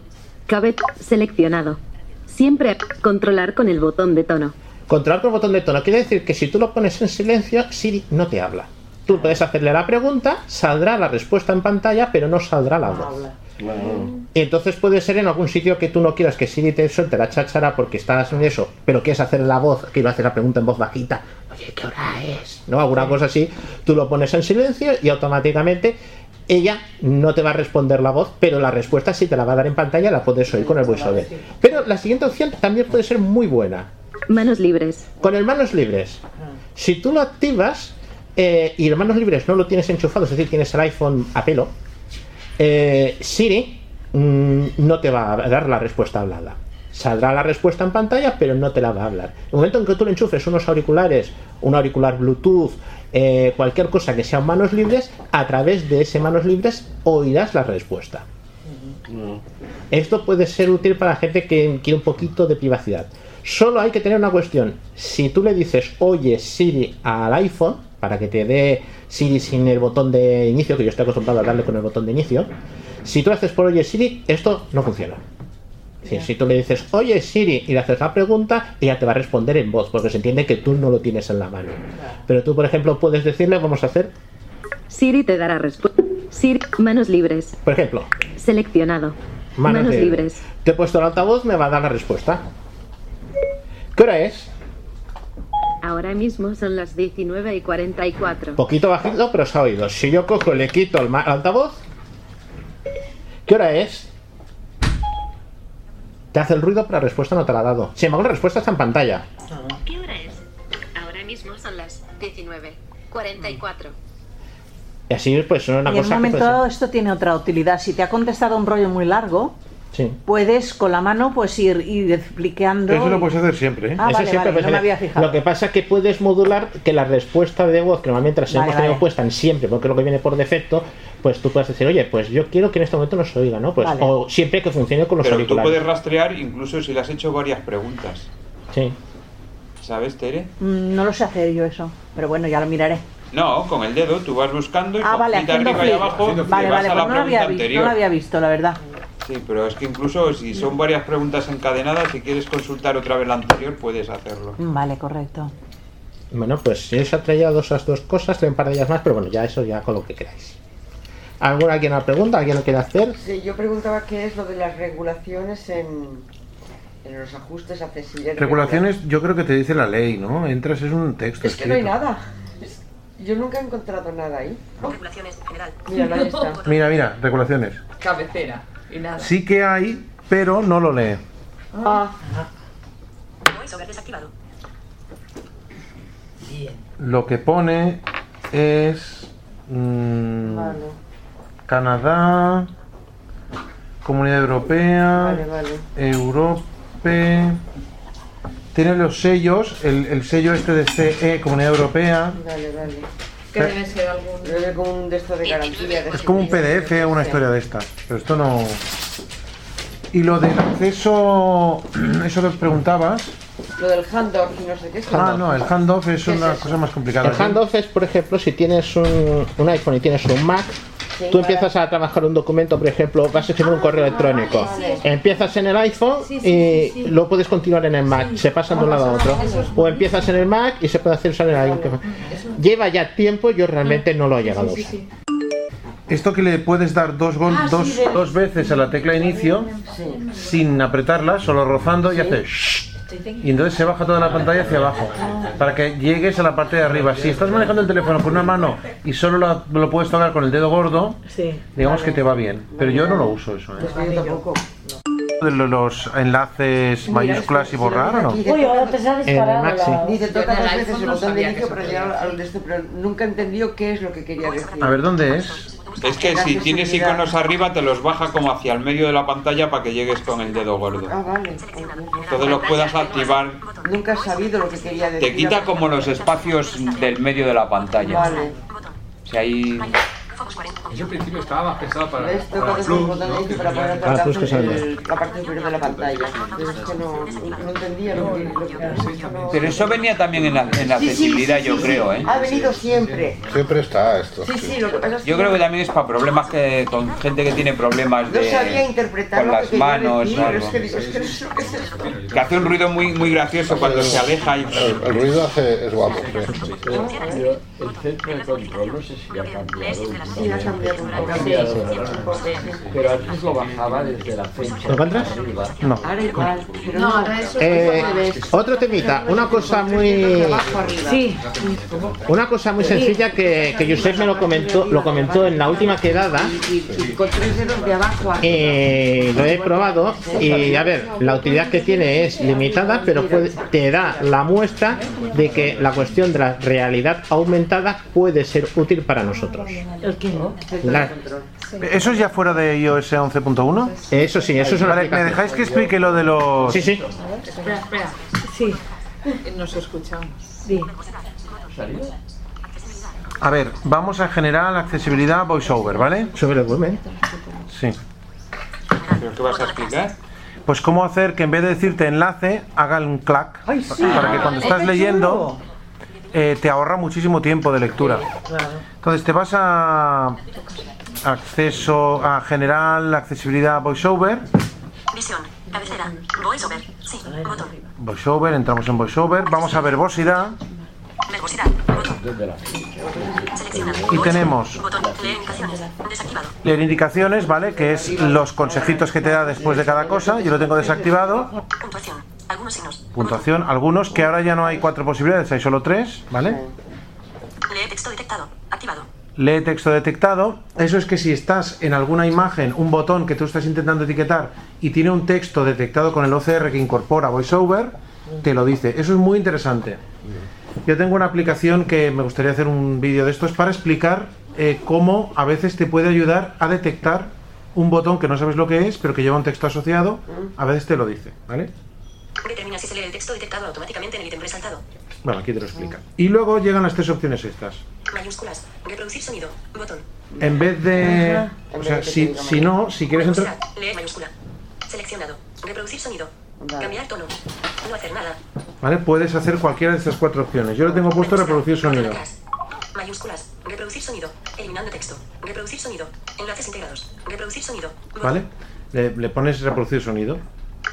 S23: Cabe seleccionado. Siempre controlar con el botón de tono.
S2: Controlar con el botón de tono quiere decir que si tú lo pones en silencio, Siri no te habla. Tú puedes hacerle la pregunta, saldrá la respuesta en pantalla, pero no saldrá la voz. Y entonces puede ser en algún sitio que tú no quieras que Siri te suelte la cháchara porque estás en eso, pero quieres hacer la voz, que lo hacer la pregunta en voz bajita, oye, ¿qué hora es? ¿No? Alguna cosa así, tú lo pones en silencio y automáticamente ella no te va a responder la voz, pero la respuesta sí te la va a dar en pantalla, la puedes oír con el voiceover. Pero la siguiente opción también puede ser muy buena.
S23: Manos libres.
S2: Con el manos libres. Si tú lo activas eh, y el manos libres no lo tienes enchufado, es decir, tienes el iPhone a pelo, eh, Siri mm, no te va a dar la respuesta hablada. Saldrá la respuesta en pantalla, pero no te la va a hablar. En el momento en que tú le enchufes unos auriculares, un auricular Bluetooth, eh, cualquier cosa que sean manos libres, a través de ese manos libres oirás la respuesta. Esto puede ser útil para gente que quiere un poquito de privacidad. Solo hay que tener una cuestión. Si tú le dices, oye Siri al iPhone, para que te dé Siri sin el botón de inicio, que yo estoy acostumbrado a darle con el botón de inicio, si tú lo haces por oye Siri, esto no funciona. Si, si tú le dices, oye Siri, y le haces la pregunta, ella te va a responder en voz, porque se entiende que tú no lo tienes en la mano. Pero tú, por ejemplo, puedes decirle, vamos a hacer,
S23: Siri te dará respuesta. Siri. Manos libres.
S2: por ejemplo,
S23: Seleccionado. Manos,
S2: Manos libres.
S23: libres.
S2: Te he puesto el altavoz, me va a dar la respuesta. ¿Qué hora es?
S23: Ahora mismo son las 19 y 44.
S2: Poquito bajito, pero se ha oído. Si yo cojo y le quito el ma- altavoz, ¿qué hora es? Te hace el ruido, pero la respuesta no te la ha dado. Sin embargo, la respuesta está en pantalla.
S23: ¿Qué hora es? Ahora mismo son las 19. 44.
S2: Y así pues son una
S7: y en un
S2: cosa que
S7: momento
S2: puede ser-
S7: dado esto tiene otra utilidad. Si te ha contestado un rollo muy largo,
S2: Sí.
S7: puedes con la mano pues ir, ir explicando.
S2: Eso lo
S7: y-
S2: puedes
S3: hacer siempre,
S7: ¿eh? Ah, vale, vale, no me había fijado.
S2: Lo que pasa es que puedes modular que la respuesta de voz que normalmente las
S7: Vale,
S2: hemos tenido
S7: vale.
S2: puesta en siempre, porque es lo que viene por defecto, pues tú puedes decir, oye, pues yo quiero que en este momento no se oiga, ¿no? Pues,
S8: Vale.
S2: O siempre que funcione con los
S8: Pero tú
S2: auriculares.
S8: puedes rastrear incluso si le has hecho varias preguntas.
S2: Sí.
S8: ¿Sabes, Tere?
S7: Mm, No lo sé hacer yo eso, pero bueno, ya lo miraré.
S8: No, con el dedo tú vas buscando y
S7: Ah,
S8: con
S7: vale,
S8: clic
S7: haciendo
S8: arriba y
S7: flip.
S8: abajo le
S7: Vale,
S8: vas
S7: vale,
S8: a
S7: pues
S8: la
S7: no lo, había
S8: pregunta
S7: visto, no lo
S8: anterior.
S7: había visto, la verdad.
S8: Sí, pero es que incluso si son varias preguntas encadenadas, si quieres consultar otra vez la anterior, puedes hacerlo.
S7: Mm, Vale, correcto.
S2: Bueno, pues si os ha traído esas dos cosas, tengo un par de ellas más, pero bueno, ya eso ya con lo que queráis. ¿Alguna quiere una pregunta? ¿Alguien lo quiere hacer?
S6: Sí, yo preguntaba qué es lo de las regulaciones en, en los ajustes accesibles.
S3: Regulaciones, yo creo que te dice la ley, ¿no? Entras, es un texto.
S6: Es que no hay nada. Es- Yo nunca he encontrado nada ahí.
S20: Regulaciones general.
S6: Mira, ahí está.
S3: Mira, mira, regulaciones.
S13: Cabecera. Y nada.
S3: Sí que hay, pero no lo lee.
S6: Ah.
S20: Voiceover desactivado.
S3: Lo que pone es. mm,
S6: Vale.
S3: Canadá, Comunidad Europea,
S6: Vale, vale.
S3: Europe. Tiene los sellos, el, el sello este de CE, Comunidad Europea.
S6: Vale, vale.
S3: Que debe
S6: ser algún. Debe como un de esto de garantía. de
S3: Eh. Es como un
S6: seguridad.
S3: PDF o una historia de estas. Pero esto no. Y lo del acceso. Eso que preguntabas.
S6: Lo del handoff y no sé qué es.
S3: Ah, no, el handoff es
S6: ¿Qué es
S3: una
S6: eso?
S3: cosa más complicada.
S2: El handoff es, por ejemplo, si tienes un, un iPhone y tienes un Mac,
S6: Sí,
S2: tú
S6: para-
S2: empiezas a trabajar un documento, por ejemplo, vas a escribir un correo electrónico.
S6: vale, sí.
S2: Empiezas en el iPhone
S6: Sí, sí,
S2: y
S6: sí, sí.
S2: lo puedes continuar en el Mac, se pasa de un lado a otro.
S6: Eso es
S2: O empiezas en el Mac y se puede hacer usar en el iPhone. Lleva ya tiempo, yo
S6: Ah,
S2: realmente no lo he llegado a usar.
S3: Esto que le puedes dar dos, gol-
S2: Ah, sí,
S3: dos,
S2: de-
S3: dos veces a la tecla inicio sin apretarla, solo rozando y hace shhh. Y entonces se baja toda la pantalla hacia abajo para que llegues a la parte de arriba. Si estás manejando el teléfono con una mano y solo lo, lo puedes tocar con el dedo gordo,
S11: Sí.
S3: digamos que te va bien. Pero yo no lo uso eso.
S11: Pues
S3: ¿eh?
S6: Yo tampoco.
S3: De lo- Los enlaces mayúsculas y borrar o no?
S11: Uy, ahora te se ha disparado la...
S6: Ni te toca
S11: Yo en
S6: dos veces
S11: el iPhone
S6: el
S11: no
S6: botón de
S11: sabía
S6: inicio
S11: que
S6: para
S11: se
S6: llegar al de esto, pero nunca entendió qué es lo que quería decir.
S3: A ver, ¿dónde es?
S8: Es que si
S6: Gracias,
S8: tienes
S6: seguridad.
S8: iconos arriba, te los baja como hacia el medio de la pantalla para que llegues con el dedo gordo.
S6: Ah, vale.
S8: Entonces los puedas activar.
S6: Nunca he sabido lo que quería decir.
S8: Te quita como los espacios del medio de la pantalla.
S6: Vale.
S8: Si hay...
S1: Yo al principio estaba más pensado para,
S6: ¿Ves?
S1: para
S6: Tocas el
S1: Plus,
S6: botón de
S1: ¿no?
S6: inicio para poner
S1: Ah,
S6: el
S1: Plus, que
S6: cartazo en
S1: sale.
S6: el- la parte superior de la pantalla. Pero es que no, no entendía lo que lo que quería decir.
S8: Pero eso venía también en la, en la
S6: Sí, sí,
S8: accesibilidad,
S6: sí,
S8: yo
S6: sí,
S8: creo,
S6: sí.
S8: ¿eh?
S6: Ha venido siempre.
S16: Siempre está esto.
S6: Sí, sí, lo que pasa es que
S8: Yo creo que también es para problemas que con gente que tiene problemas
S6: no sabía
S8: de
S6: interpretar
S8: con
S6: lo que
S8: las
S6: quería
S8: manos,
S6: decir.
S8: algo.
S6: Es que digo, es que no sé lo que es eso.
S8: que hace un ruido muy muy gracioso cuando se aleja y
S16: El, el ruido hace, es guapo.
S4: Pero el centro de control no sé si ha cambiado.
S6: Sí, ha cambiado un poco.
S4: Ha cambiado, Pero antes lo bajaba desde la fecha.
S2: ¿Lo encuentras?
S4: arriba.
S2: No.
S6: Ahora igual. pero
S13: No,
S6: no.
S13: ahora eso
S2: Eh, otro temita, una cosa muy...
S11: Sí.
S2: Una cosa muy sencilla que, que Josep me lo comentó, lo comentó en la última quedada.
S6: Con tres dedos de abajo a
S2: Eh, lo he probado y a ver, la utilidad que tiene es limitada, pero puede- te da la muestra de que la cuestión de la realidad aumentada puede ser útil para nosotros.
S11: ¿El qué?
S2: La-
S3: ¿Eso es ya fuera de iOS 11.1?
S2: Eso sí, eso es una
S3: Vale, ¿Me
S2: aplicación.
S3: dejáis que explique lo de los...?
S2: Sí, sí.
S13: Espera, espera. Eh,
S11: Sí.
S13: Nos escuchamos.
S11: Sí.
S3: A ver, vamos a general, accesibilidad, voiceover, ¿vale?
S2: Sobre el volumen.
S3: Sí.
S8: ¿Pero qué vas a explicar?
S3: Pues cómo hacer que en vez de decirte enlace, haga un clac
S8: sí.
S3: para que cuando
S8: Ah,
S3: estás
S8: qué
S3: leyendo eh, te ahorra muchísimo tiempo de lectura.
S11: Claro.
S3: Entonces te vas a acceso a general, accesibilidad, voiceover,
S20: Visión. Cabecera. Voiceover. Sí. Botón.
S3: voiceover, entramos en voiceover, vamos a verbosidad
S20: Nervosidad. Selecciona.
S3: y tenemos
S20: Botón. Leer indicaciones. Desactivado.
S3: leer indicaciones, ¿vale? Que es los consejitos que te da después de cada cosa, yo lo tengo desactivado.
S20: Puntuación. Algunos signos.
S3: puntuación. Algunos que ahora ya no hay cuatro posibilidades, hay solo tres, ¿vale?
S20: Lee texto detectado. Activado.
S3: Lee texto detectado. Eso es que si estás en alguna imagen, un botón que tú estás intentando etiquetar y tiene un texto detectado con el OCR que incorpora VoiceOver, te lo dice. Eso es muy interesante. Yo tengo una aplicación que me gustaría hacer un vídeo de estos para explicar eh, cómo a veces te puede ayudar a detectar un botón que no sabes lo que es, pero que lleva un texto asociado, a veces te lo dice, ¿vale?
S20: Determina si se lee el texto detectado automáticamente en el ítem resaltado.
S3: Bueno, aquí te lo explica. Y luego llegan las tres opciones estas.
S20: Mayúsculas. Reproducir sonido. Botón.
S3: En vez de...
S20: Ajá.
S3: O sea, si, si no, si quieres entrar...
S20: Lee mayúscula. Seleccionado. Reproducir sonido. Cambiar tono. No hacer nada.
S3: ¿Vale? Puedes hacer cualquiera de estas cuatro opciones. Yo le tengo puesto reproducir sonido.
S20: Mayúsculas. Reproducir sonido. Eliminando texto. Reproducir sonido. Enlaces integrados. Reproducir sonido.
S3: ¿Vale? Le, le pones reproducir sonido.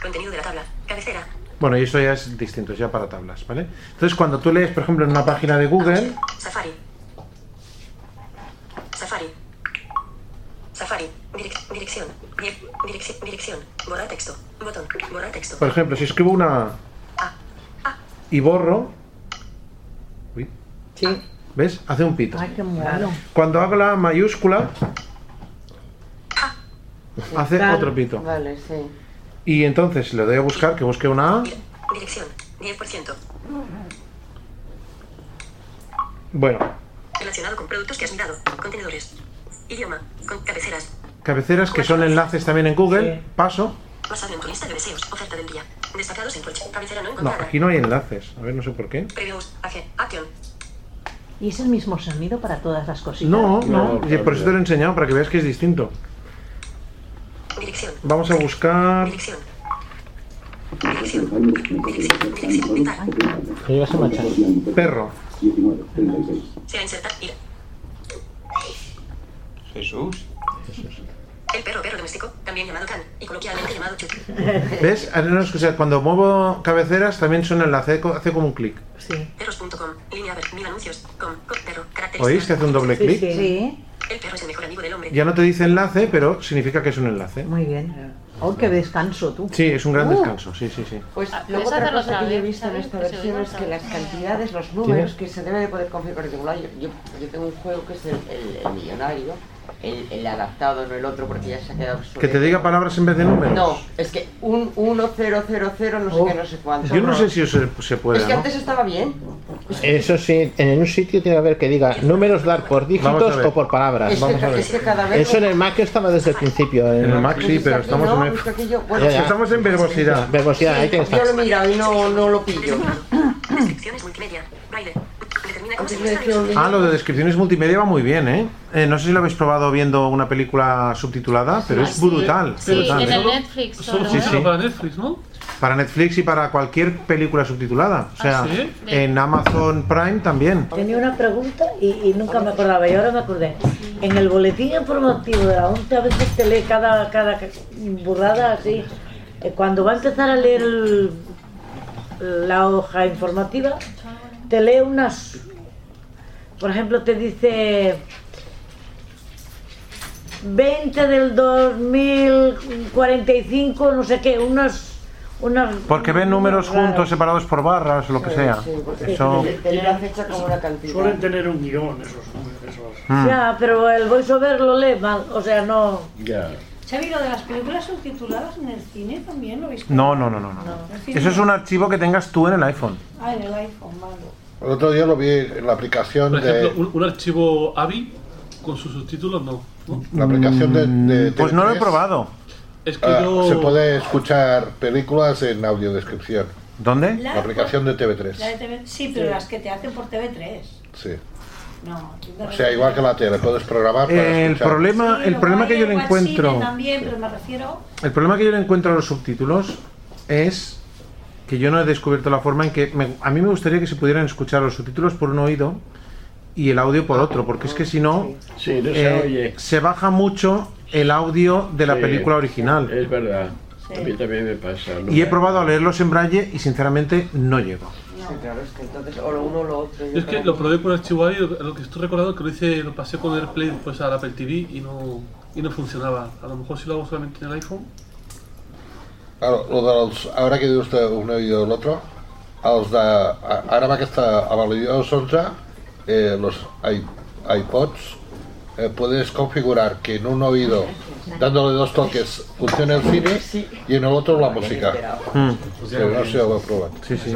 S20: Contenido de la tabla. Cabecera.
S3: Bueno, y eso ya es distinto, es ya para tablas, ¿vale? Entonces, cuando tú lees, por ejemplo, en una página de Google,
S20: Safari. Safari. Safari. Direc- dirección. Dir- direc- dirección. Borrar texto. Botón. Borrar texto.
S3: por ejemplo, si escribo una y borro, uy, ¿ves? Hace un pito.
S7: Ay, qué mono.
S3: Cuando hago la mayúscula, hace
S6: Claro.
S3: otro pito.
S6: Vale, sí.
S3: Y entonces le doy a buscar, que busque una A.
S20: Dirección. 10%.
S3: Bueno,
S20: Relacionado con productos que has mirado. Contenedores. Idioma. Con cabeceras.
S3: cabeceras que son enlaces también en Google, paso.
S20: Basado en tu lista de deseos. Oferta del día. Destacados en coche. Cabecera no
S3: No,
S20: encontrada.
S3: aquí no hay enlaces, a ver, no sé por qué.
S20: Previews. Action. Action.
S7: Y es el mismo sonido para todas las cositas.
S3: No, no, y por eso te lo he enseñado, para que veas que es distinto.
S20: Dirección.
S3: Vamos a buscar...
S20: Dirección. Dirección. Dirección. Dirección. Dictar.
S3: Perro.
S20: Se ha insertado. Ir.
S8: Jesús.
S20: El perro perro doméstico, también llamado can, y coloquialmente llamado chut.
S3: ¿Ves? Ahora no es que sea, cuando muevo cabeceras también suena enlace, hace co- hace como un clic.
S20: Perros.com, línea ver, mil anuncios, com, com, perro, características.
S3: ¿Oís que hace un doble clic?
S20: El perro es el mejor amigo del hombre.
S3: Ya no te dice enlace, pero significa que es un enlace.
S7: Muy bien. Oh, qué descanso tú.
S3: Sí, es un gran
S7: Uh.
S3: descanso, sí, sí, sí.
S6: Pues
S7: Ah,
S6: luego
S7: ¿puedes
S6: otra
S7: hacerlo
S6: cosa
S7: otra
S6: que yo he
S7: vez?
S6: visto en
S7: ¿Sabes?
S6: esta
S7: Que se
S6: versión
S7: oiga
S6: es que
S7: otra
S6: las
S7: vez.
S6: cantidades, los números
S7: ¿Tienes?
S6: que se debe de poder configurar. Digo, "Ay, Yo, yo tengo un juego que es el, el- el millonario, el, el adaptado, no el otro, porque ya se ha quedado
S3: Que te
S6: obsoleto.
S3: diga palabras en vez de números.
S6: No, es que un 1, 0, 0, 0, no sé qué, no sé cuánto.
S3: Oh, Yo no sé si eso se
S6: Es
S3: puede,
S6: que
S3: ¿no?
S6: antes estaba bien.
S2: Eso sí, en un sitio tiene que haber que diga números dar por
S3: Vamos a
S2: dígitos
S3: ver.
S2: o por palabras.
S6: Es que- Vamos a ver. es que cada vez-
S2: Eso en el Mac estaba desde el principio. ¿eh? En el Mac
S6: Busca aquí, no, busca aquí, yo- bueno,
S2: Ya, ya.
S3: Estamos en verbosidad.
S2: Verbosidad, ahí tienes.
S6: Yo lo he mirado y no, no lo pillo.
S20: Descripciones multimedia, baile, determina cómo se muestra.
S3: Ah, lo de descripciones multimedia va muy bien, ¿eh? Eh, No sé si lo habéis probado viendo una película subtitulada, pero es brutal. brutal,
S14: Ah, en
S3: ¿eh?
S14: el Netflix solo.
S3: Sí, sí.
S9: Para Netflix, ¿no?
S3: Para Netflix y para cualquier película subtitulada. O sea,
S9: ¿Ah, sí?
S3: en Amazon Prime también.
S11: Tenía una pregunta y, y nunca me acordaba y ahora me acordé. En el boletín informativo de la ONCE a veces te lee cada, cada ca- burrada así. Eh, Cuando va a empezar a leer el- la hoja informativa, te lee unas... Por ejemplo, te dice 20 del 2045, no sé qué, unas... unas
S3: Porque ven números
S11: Claro.
S3: juntos, separados por barras o lo que sea. Eso.
S6: Tener la fecha como una cantidad.
S21: Suelen tener un guión esos números. esos-
S10: Ah.
S3: Mm.
S11: Ya, pero el voiceover lo lee mal, o sea, no...
S10: Xavi, lo de las películas subtituladas en el cine también lo habéis
S3: No, no, no, no, no. Eso es un archivo que tengas tú en el iPhone.
S10: Ah, en el iPhone, vale.
S16: El otro día lo vi en la aplicación
S9: Por
S16: de
S9: ejemplo, un, un archivo AVI con sus subtítulos no. ¿no?
S16: la aplicación de,
S3: Mm,
S16: de
S9: pues no lo he
S16: TV3.
S9: probado. Es que
S16: Ah,
S9: yo-
S16: Se puede escuchar películas en audiodescripción.
S3: ¿Dónde?
S16: La aplicación de
S10: La de
S16: TV3.
S10: TV Sí, pero
S16: Sí.
S10: las que te hacen por TV3.
S16: Sí.
S10: No. yo me
S16: O sea, igual que la tele, puedes programar para
S3: El
S16: escuchar.
S3: problema, el problema que yo le
S10: refiero al cine
S3: encuentro.
S10: también, pero me refiero...
S3: El problema que yo le encuentro a los subtítulos es que yo no he descubierto la forma en que me- a mí me gustaría que se pudieran escuchar los subtítulos por un oído y el audio por otro, porque es que si no, eh,
S4: Sí, no se oye.
S3: se baja mucho el audio de la
S4: Sí.
S3: película original.
S4: Es verdad. A mí también me pasa. ¿no?
S3: Y he probado a leerlos en braille y sinceramente no llego.
S6: Sí, claro, es que entonces o lo uno o lo otro. yo
S9: Yo es que
S6: creo.
S9: lo probé con archivo AVI, lo que estoy recordando que lo hice, lo pasé con AirPlay después al Apple TV y no, y no funcionaba. A lo mejor si lo hago solamente en el iPhone.
S16: Claro, lo de los, ara que dius de un vídeo o l'altre, els de, a- ara amb aquesta, amb el iOS 11, eh, los i- iPods, eh, puedes configurar que en un oído, dándole dos toques, funciona el cine y
S9: Hmm.
S16: en el otro la música.
S3: Mm.
S16: Que no sé, ho he provat.
S3: Sí, sí.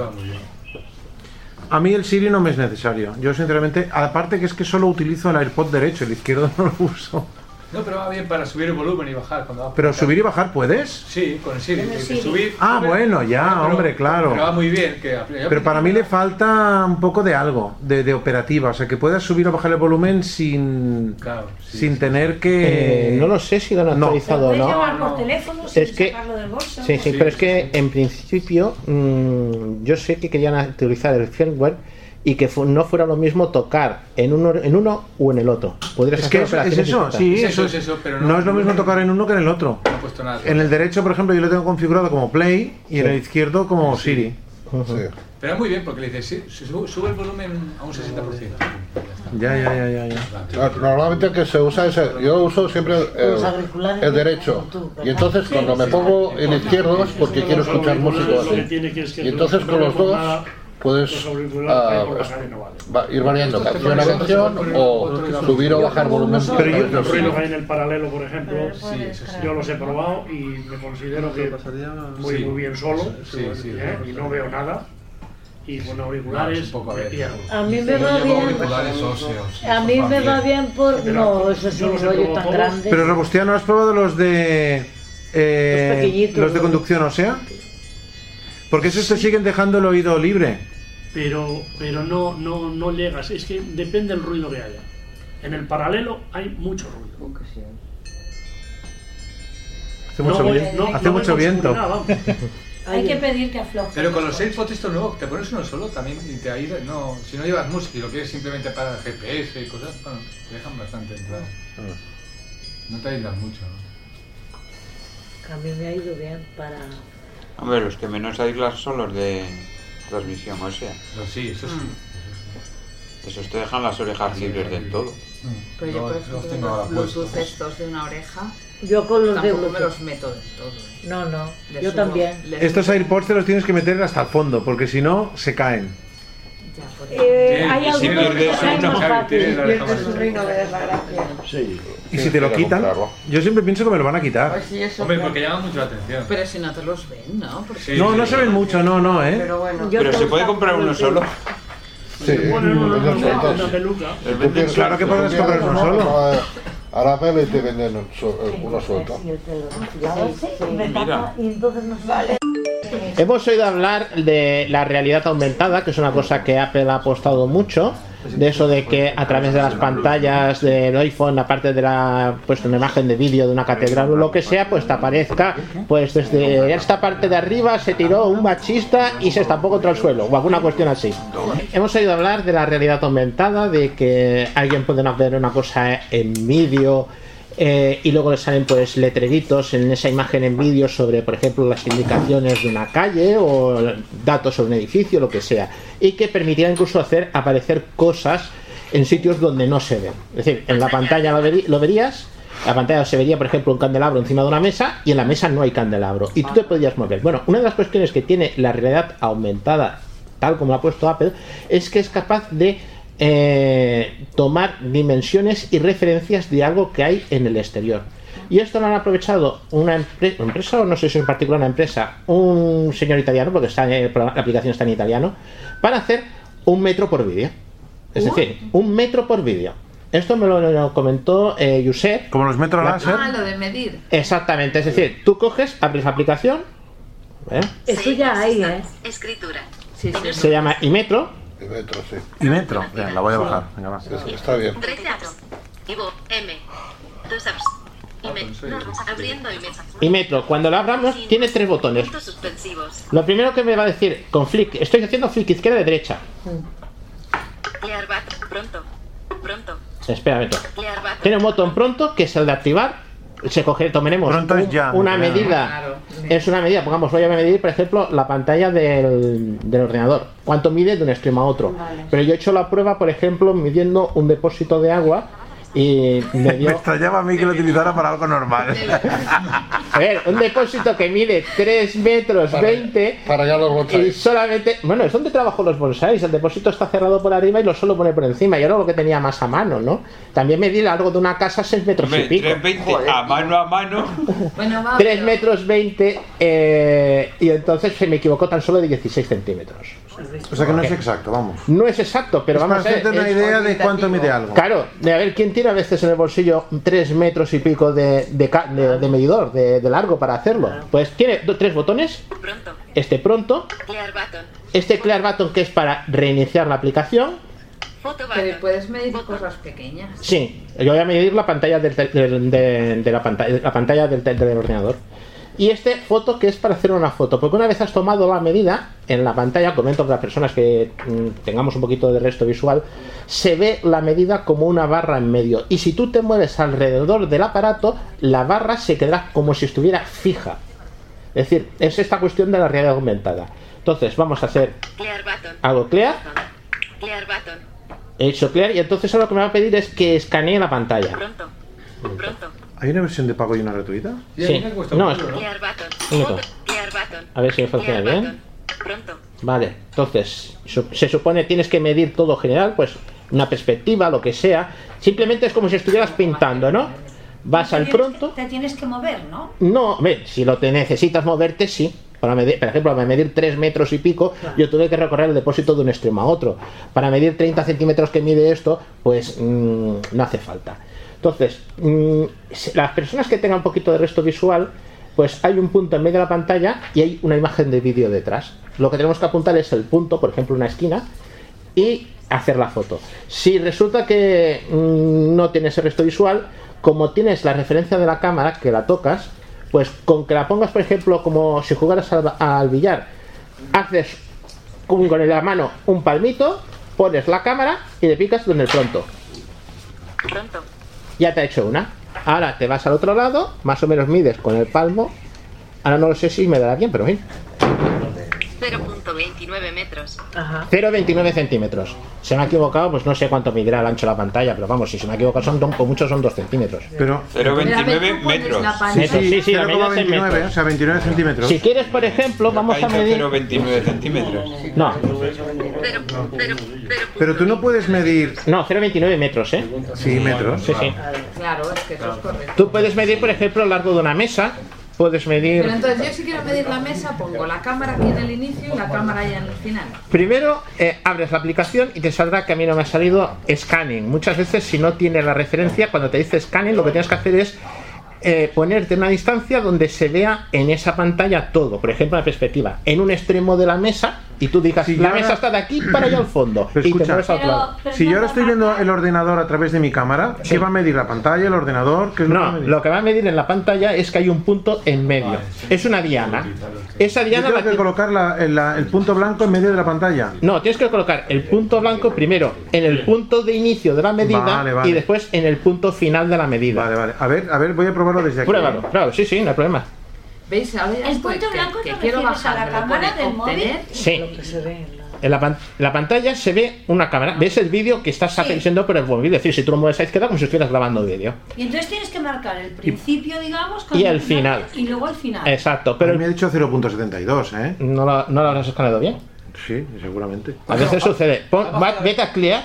S3: A mí el Siri no me es necesario. Yo sinceramente, aparte que es que solo utilizo el AirPod derecho, el izquierdo no lo uso.
S1: No, pero va bien para subir el volumen y bajar cuando va.
S3: Pero subir y bajar puedes.
S1: Sí, con el Siri.
S3: Con el
S1: porque
S3: Siri.
S1: Subir,
S3: Ah,
S1: sube,
S3: bueno, ya,
S1: pero-
S3: hombre, claro.
S1: Pero va muy bien. Que
S3: Pero para mí le falta un poco de algo, de, de operativa, o sea, que puedas subir o bajar el volumen sin, sin tener
S2: Eh,
S3: que...
S2: no lo sé si lo han actualizado o
S10: Puedes
S2: no.
S10: llevar por teléfono
S2: Es
S10: sin
S2: que-
S10: sacarlo del bolso.
S2: Sí, sí, pero es que en principio mm, yo sé que querían actualizar el firmware y que fu- no fuera lo mismo tocar en uno, en uno o en el otro. Podrías
S3: Es
S2: hacer
S3: que eso, es
S2: operaciones
S3: eso,
S2: distintas.
S3: sí, eso, es
S1: eso, pero
S3: no, es lo mismo tocar en uno que en el otro.
S1: No he puesto nada.
S3: En el derecho, por ejemplo, yo lo tengo configurado como Play y en
S1: Sí.
S3: el izquierdo como Siri.
S1: Pero va muy bien porque le dices, sí, su- su- sube el volumen a un 60%.
S3: Ya, ya, ya, ya, ya.
S16: No- Normalmente el que se usa es el, yo uso siempre el,
S3: Eh,
S16: el derecho y entonces cuando me pongo el izquierdo es porque quiero escuchar música o así. y entonces con los dos puedes ah, va- ir variando canción a canción o subir o bajar volumen
S12: Pero yo
S16: Sí.
S12: en el paralelo, por ejemplo, yo los he probado y me considero que muy,
S1: Sí.
S12: muy bien solo
S1: Sí, sí,
S12: ¿eh? y no veo nada. Y con
S1: No, es un
S12: auriculares
S1: poco a
S12: me
S1: ver.
S12: pierdo.
S11: A mí me va bien. A mí me va bien por. No, eso es un rollo tan grande.
S3: Pero Robustiano, ¿has probado los de. eh,
S11: Los pequeñitos,
S3: los de
S11: ¿no?
S3: conducción ósea? Porque esos te siguen dejando el oído libre.
S12: Pero, pero no, no, no llegas, es que depende del ruido que haya. En el paralelo hay mucho ruido.
S3: Hace mucho, bien- hace mucho viento.
S6: Ah.
S10: Hay que pedir que afloje.
S1: Pero con los AirPods estos nuevos, te pones uno solo también y te ahí, no, si no llevas música y lo quieres simplemente para GPS y cosas, bueno, te dejan bastante entrar. No te aíslas mucho, ¿no?
S11: A mí me ha ido bien para.
S8: Hombre, los que menos aislas son los de transmisión, o sea. Mm.
S1: sí, eso sí.
S8: Esos te dejan las orejas libres del todo.
S13: Pero yo, por ejemplo, pues, los Bluetooth estos de una oreja.
S11: Yo con los de
S13: tampoco me
S11: Bluetooth.
S13: los meto del todo. ¿eh?
S11: No, no.
S13: Le
S11: Yo
S13: subo-
S11: también.
S13: le subo-
S3: Estos AirPods te los tienes que meter hasta el fondo, porque si no, se caen.
S11: Eh,
S3: Bien,
S11: hay
S3: y si
S11: algunos
S3: pierdes
S11: que son
S3: uno,
S11: más
S3: Javi,
S11: fáciles.
S3: tienes la oreja más-
S11: Sí.
S3: Y si te lo quitan, yo siempre pienso que me lo van a quitar.
S1: Hombre, porque llama mucho la atención.
S13: Pero si no te los ven, ¿no? Porque
S3: No, no se ven mucho, no, no, ¿eh?
S13: Pero bueno.
S8: Pero se puede comprar uno solo.
S16: Sí, los dos.
S8: El
S16: Tú
S8: venden
S16: tienes-
S8: claro que
S16: tú
S8: puedes
S16: tienes
S8: comprar uno solo.
S16: a- A la peli y te venden un eh, sol- uno suelto.
S11: Mira. Y entonces nos vale.
S2: Hemos oído hablar de la realidad aumentada, que es una cosa que Apple ha apostado mucho, de eso de que a través de las pantallas del iPhone, aparte de la pues una imagen de vídeo de una catedral o lo que sea, pues te aparezca, pues desde esta parte de arriba se tiró un machista y se estampó contra el suelo, o alguna cuestión así. Hemos oído hablar de la realidad aumentada, de que alguien puede ver una cosa en vídeo. eh, y luego le salen pues letreritos en esa imagen en vídeo sobre, por ejemplo, las indicaciones de una calle o datos sobre un edificio, lo que sea. Y que permitirá incluso hacer aparecer cosas en sitios donde no se ven. Es decir, en la pantalla lo, veri- lo verías, en la pantalla se vería, por ejemplo, un candelabro encima de una mesa y en la mesa no hay candelabro. Y tú te podías mover. Bueno, una de las cuestiones que tiene la realidad aumentada, tal como la ha puesto Apple, es que es capaz de eh, tomar dimensiones y referencias de algo que hay en el exterior. Y esto lo han aprovechado una empre- empresa, o no sé si en particular una empresa, un señor italiano, porque está en el programa- la aplicación está en italiano, para hacer un metro por vídeo. Es decir, un metro por vídeo. Esto me lo, lo comentó eh, Josep.
S3: Como los metros
S13: Ah, lo de medir.
S2: Exactamente, es decir, tú coges, abres la aplicación, ¿eh?
S11: Eso ya hay, ¿eh?
S20: Escritura.
S2: se llama Imetro.
S16: Imetro, sí.
S3: Y metro, Venga, la voy a bajar. Venga, va.
S16: Está bien.
S20: 13 apps. Ivo, M. Dos apps.
S16: Ah,
S20: Ime- no, abriendo y mesa.
S2: Imetro, cuando lo abramos, tiene tres botones.
S20: Puntos suspensivos.
S2: Lo primero que me va a decir con flick, estoy haciendo flick izquierda y derecha.
S20: Learbat. Pronto. Pronto.
S2: Espera, metro.
S20: Learbat.
S2: Tiene un botón pronto que es el de activar. Se coge, tomaremos
S3: Pronto es ya.
S2: una
S3: Claro.
S2: medida. Es una medida, pongamos, voy a medir, por ejemplo, la pantalla del, del ordenador. ¿Cuánto mide de un extremo a otro? Pero yo he hecho la prueba, por ejemplo, midiendo un depósito de agua y me
S3: Me
S2: dio...
S3: extrañaba a mí que lo utilizara para algo normal.
S2: A ver, un depósito que mide 3 metros 20.
S16: Para allá los
S2: Y solamente. Bueno, es donde trabajo los bonsáis. El depósito está cerrado por arriba y lo solo pone por encima. Yo era lo que tenía más a mano, ¿no? También me di largo de una casa 6 metros y
S8: Hombre,
S2: pico.
S8: 320 a mano a mano.
S13: Bueno, va.
S2: 3 metros 20 eh, y entonces se me equivocó tan solo de 16 centímetros.
S3: O sea que no es exacto, vamos.
S2: No es exacto, pero
S3: Es
S2: vamos
S3: para
S2: a ver.
S3: hacerte una
S2: es-
S3: idea de cuánto mide algo.
S2: Claro, de a ver quién tiene a veces en el bolsillo tres metros y pico de, de ca- de- de medidor, de, de largo para hacerlo. Pues tiene do- tres botones. Este pronto. Este clear button que es para reiniciar la aplicación.
S13: Pero puedes medir cosas pequeñas.
S2: Sí, yo voy a medir la pantalla del, tel- del- de, de la pantalla, la pantalla del, tel- del ordenador. Y este foto que es para hacer una foto, porque una vez has tomado la medida en la pantalla, comento para las personas que mm, tengamos un poquito de resto visual, se ve la medida como una barra en medio. Y si tú te mueves alrededor del aparato, la barra se quedará como si estuviera fija. Es decir, es esta cuestión de la realidad aumentada. Entonces, vamos a hacer algo clear,
S20: Clear button.
S2: he hecho clear, y entonces ahora lo que me va a pedir es que escanee la pantalla.
S3: ¿Hay una versión de pago y una gratuita?
S2: Sí. No, es- un minuto. A ver si me funciona bien. Vale, entonces, su- se supone tienes que medir todo general, pues una perspectiva, lo que sea. Simplemente es como si estuvieras pintando, ¿no? Vas al
S10: Tienes
S2: pronto.
S10: que- Te tienes que mover, ¿no?
S2: No, ve, si lo te necesitas moverte, sí. Para medir, por ejemplo, para medir 3 metros y pico, yo tuve que recorrer el depósito de un extremo a otro. Para medir 30 centímetros que mide esto, pues mm, no hace falta. Entonces, mm, si- las personas que tengan un poquito de resto visual, pues hay un punto en medio de la pantalla y hay una imagen de vídeo detrás. Lo que tenemos que apuntar es el punto, por ejemplo, una esquina, y hacer la foto. Si resulta que mm, no tienes el resto visual, como tienes la referencia de la cámara, que la tocas, pues con que la pongas, por ejemplo, como si jugaras al, al billar, haces con, con la mano un palmito, pones la cámara y le picas donde el pronto. Ya te ha hecho una. Ahora te vas al otro lado, más o menos mides con el palmo. Ahora no lo sé si me dará bien, pero bien.
S20: 0.29 metros. Ajá.
S2: 0,29 centímetros. Se me ha equivocado, pues no sé cuánto medirá el ancho de la pantalla, pero vamos, si se me ha equivocado, son, como mucho son 2 centímetros.
S3: Pero.
S8: 0,29 metros.
S3: Sí, sí,
S2: Sí, sí, la medida es en
S3: 0,29,
S2: metros.
S3: o sea, 29 centímetros.
S2: Si quieres, por ejemplo, vamos a medir.
S8: 0,29 centímetros.
S2: No,
S3: Pero tú no puedes medir.
S2: No, 0,29 metros, ¿eh?
S3: Sí, metros.
S2: Sí, sí.
S13: Claro, es que eso es correcto.
S2: Tú puedes medir, por ejemplo, el largo de una mesa. Puedes medir.
S13: Pero entonces yo si quiero medir la mesa pongo la cámara aquí en el inicio y la cámara allá en el final.
S2: Primero eh, abres la aplicación y te saldrá que a mí no me ha salido scanning. Muchas veces si no tienes la referencia, cuando te dice scanning, lo que tienes que hacer es eh, ponerte una distancia donde se vea en esa pantalla todo. Por ejemplo, la perspectiva en un extremo de la mesa y tú digas,
S3: Si yo
S2: la
S3: ahora-
S2: mesa está de aquí para allá al fondo.
S3: Pero
S2: y te
S3: escucha,
S2: mueves a otro lado.
S3: si yo ahora estoy viendo el ordenador a través de mi cámara, ¿qué va a medir la pantalla, el ordenador? ¿Qué es lo que va a
S2: No,
S3: medir?
S2: lo que va a medir en la pantalla es que hay un punto en medio. Es una diana. Esa
S3: Yo
S2: diana
S3: tengo
S2: la
S3: que colocar la- el, la- el punto blanco en medio de la pantalla.
S2: No, tienes que colocar el punto blanco primero en el punto de inicio de la medida
S3: Vale, vale.
S2: y después en el punto final de la medida. Vale,
S3: vale. A ver, a ver, voy a probarlo desde aquí.
S2: Pruébalo, pruébalo. Sí, sí, no hay problema.
S13: ¿Veis? Ahora ya
S10: El
S13: estoy,
S10: punto
S13: que-
S10: blanco
S13: que
S10: te
S13: quiero
S10: refieres a
S13: bajar,
S10: la
S13: me lo
S10: cámara
S13: pone
S10: del móvil.
S13: obtener.
S2: Sí. En la, pan- la pantalla se ve una
S1: Ah.
S2: cámara. ¿Ves el vídeo que estás apareciendo por el móvil? Es decir, si tú lo mueves a izquierda como si estuvieras grabando vídeo.
S10: Y entonces tienes que marcar el principio, digamos,
S2: y el final.
S10: Y luego el
S1: Ah.
S10: final.
S2: Exacto, pero...
S3: me ha dicho 0.72, ¿eh?
S2: ¿No lo, no lo habrás escaneado bien?
S3: Sí, seguramente.
S2: A veces sucede. Pon- va- vete a clear.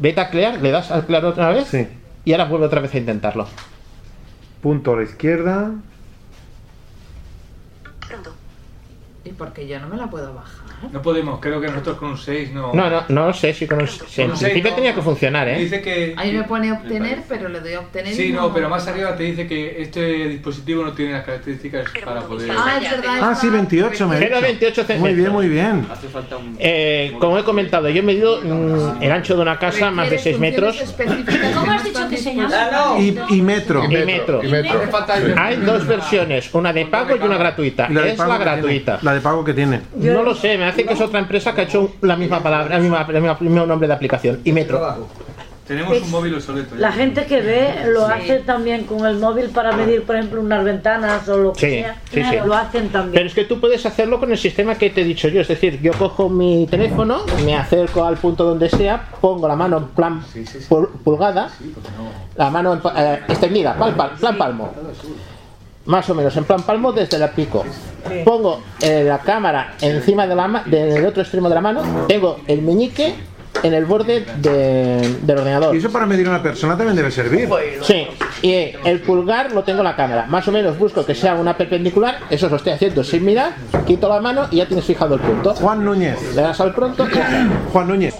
S2: Vete a clear, le das al clear otra vez. Y ahora vuelve otra vez a intentarlo.
S3: Punto a la izquierda.
S13: ¿Y porque yo no me la puedo bajar?
S1: No podemos, creo que nosotros con un 6 no.
S2: No, no, no lo sé si con el- si en
S1: No sé,
S2: principio
S1: no.
S2: tenía que funcionar, ¿eh?
S1: Dice que.
S13: Ahí me pone obtener, pero le doy a obtener. y
S1: Sí, no, pero más arriba te dice que este dispositivo no tiene las características para poder.
S13: Ah, es verdad.
S3: Ah, sí, 28 me ha
S2: Era
S3: dicho.
S2: 28
S3: Muy bien, muy bien.
S2: Eh, como he comentado, yo he medido mm, el ancho de una casa más de 6 metros.
S10: ¿Cómo has dicho que se llama?
S3: Y, y metro.
S2: Y metro.
S3: Y metro.
S2: Sí. Hay dos versiones, una de pago y una gratuita.
S3: Y la de
S2: Es
S3: pago
S2: la
S3: que tiene.
S2: gratuita.
S3: La de pago que tiene.
S2: No lo sé, me hace que es otra empresa que ha hecho la misma palabra, el mismo, el mismo- el mismo nombre de aplicación. Y metro.
S1: Tenemos un móvil obsoleto. ya.
S11: La gente que ve lo
S1: Sí.
S11: hace también con el móvil para medir, por ejemplo, unas ventanas o lo que
S2: Sí,
S11: sea.
S2: sí, sí.
S11: Lo hacen también.
S2: Pero es que tú puedes hacerlo con el sistema que te he dicho yo. Es decir, yo cojo mi teléfono, me acerco al punto donde sea, pongo la mano en plan pul- pulgada, la mano en pa- eh, extendida, pal- pal- plan palmo. Más o menos, en plan palmo desde el pico. Pongo eh, la cámara encima de la ma- del otro extremo de la mano, tengo el meñique en el borde de- del ordenador.
S3: Y eso para medir a una persona también debe servir.
S2: Sí, y eh, el pulgar lo tengo en la cámara. Más o menos busco que sea una perpendicular, eso lo estoy haciendo sin mirar, quito la mano y ya tienes fijado el punto. Juan Núñez. Le das al pronto. Juan Núñez.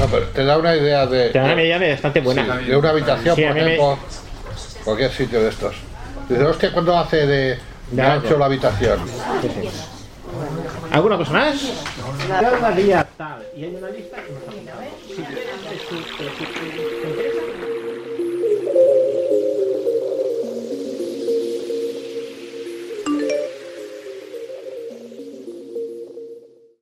S16: No, pero te da una idea de.
S2: Te da una idea de bastante buena.
S16: Sí, de una habitación,
S2: Sí, a
S16: por
S2: mí me-
S16: ejemplo. Cualquier sitio de estos. Dice, hostia, ¿cuánto hace de, de
S2: Ya,
S16: ancho
S2: ya.
S16: la habitación?
S2: ¿Alguna cosa más?
S15: Cada
S2: día
S15: tal. Y hay una lista que nos ha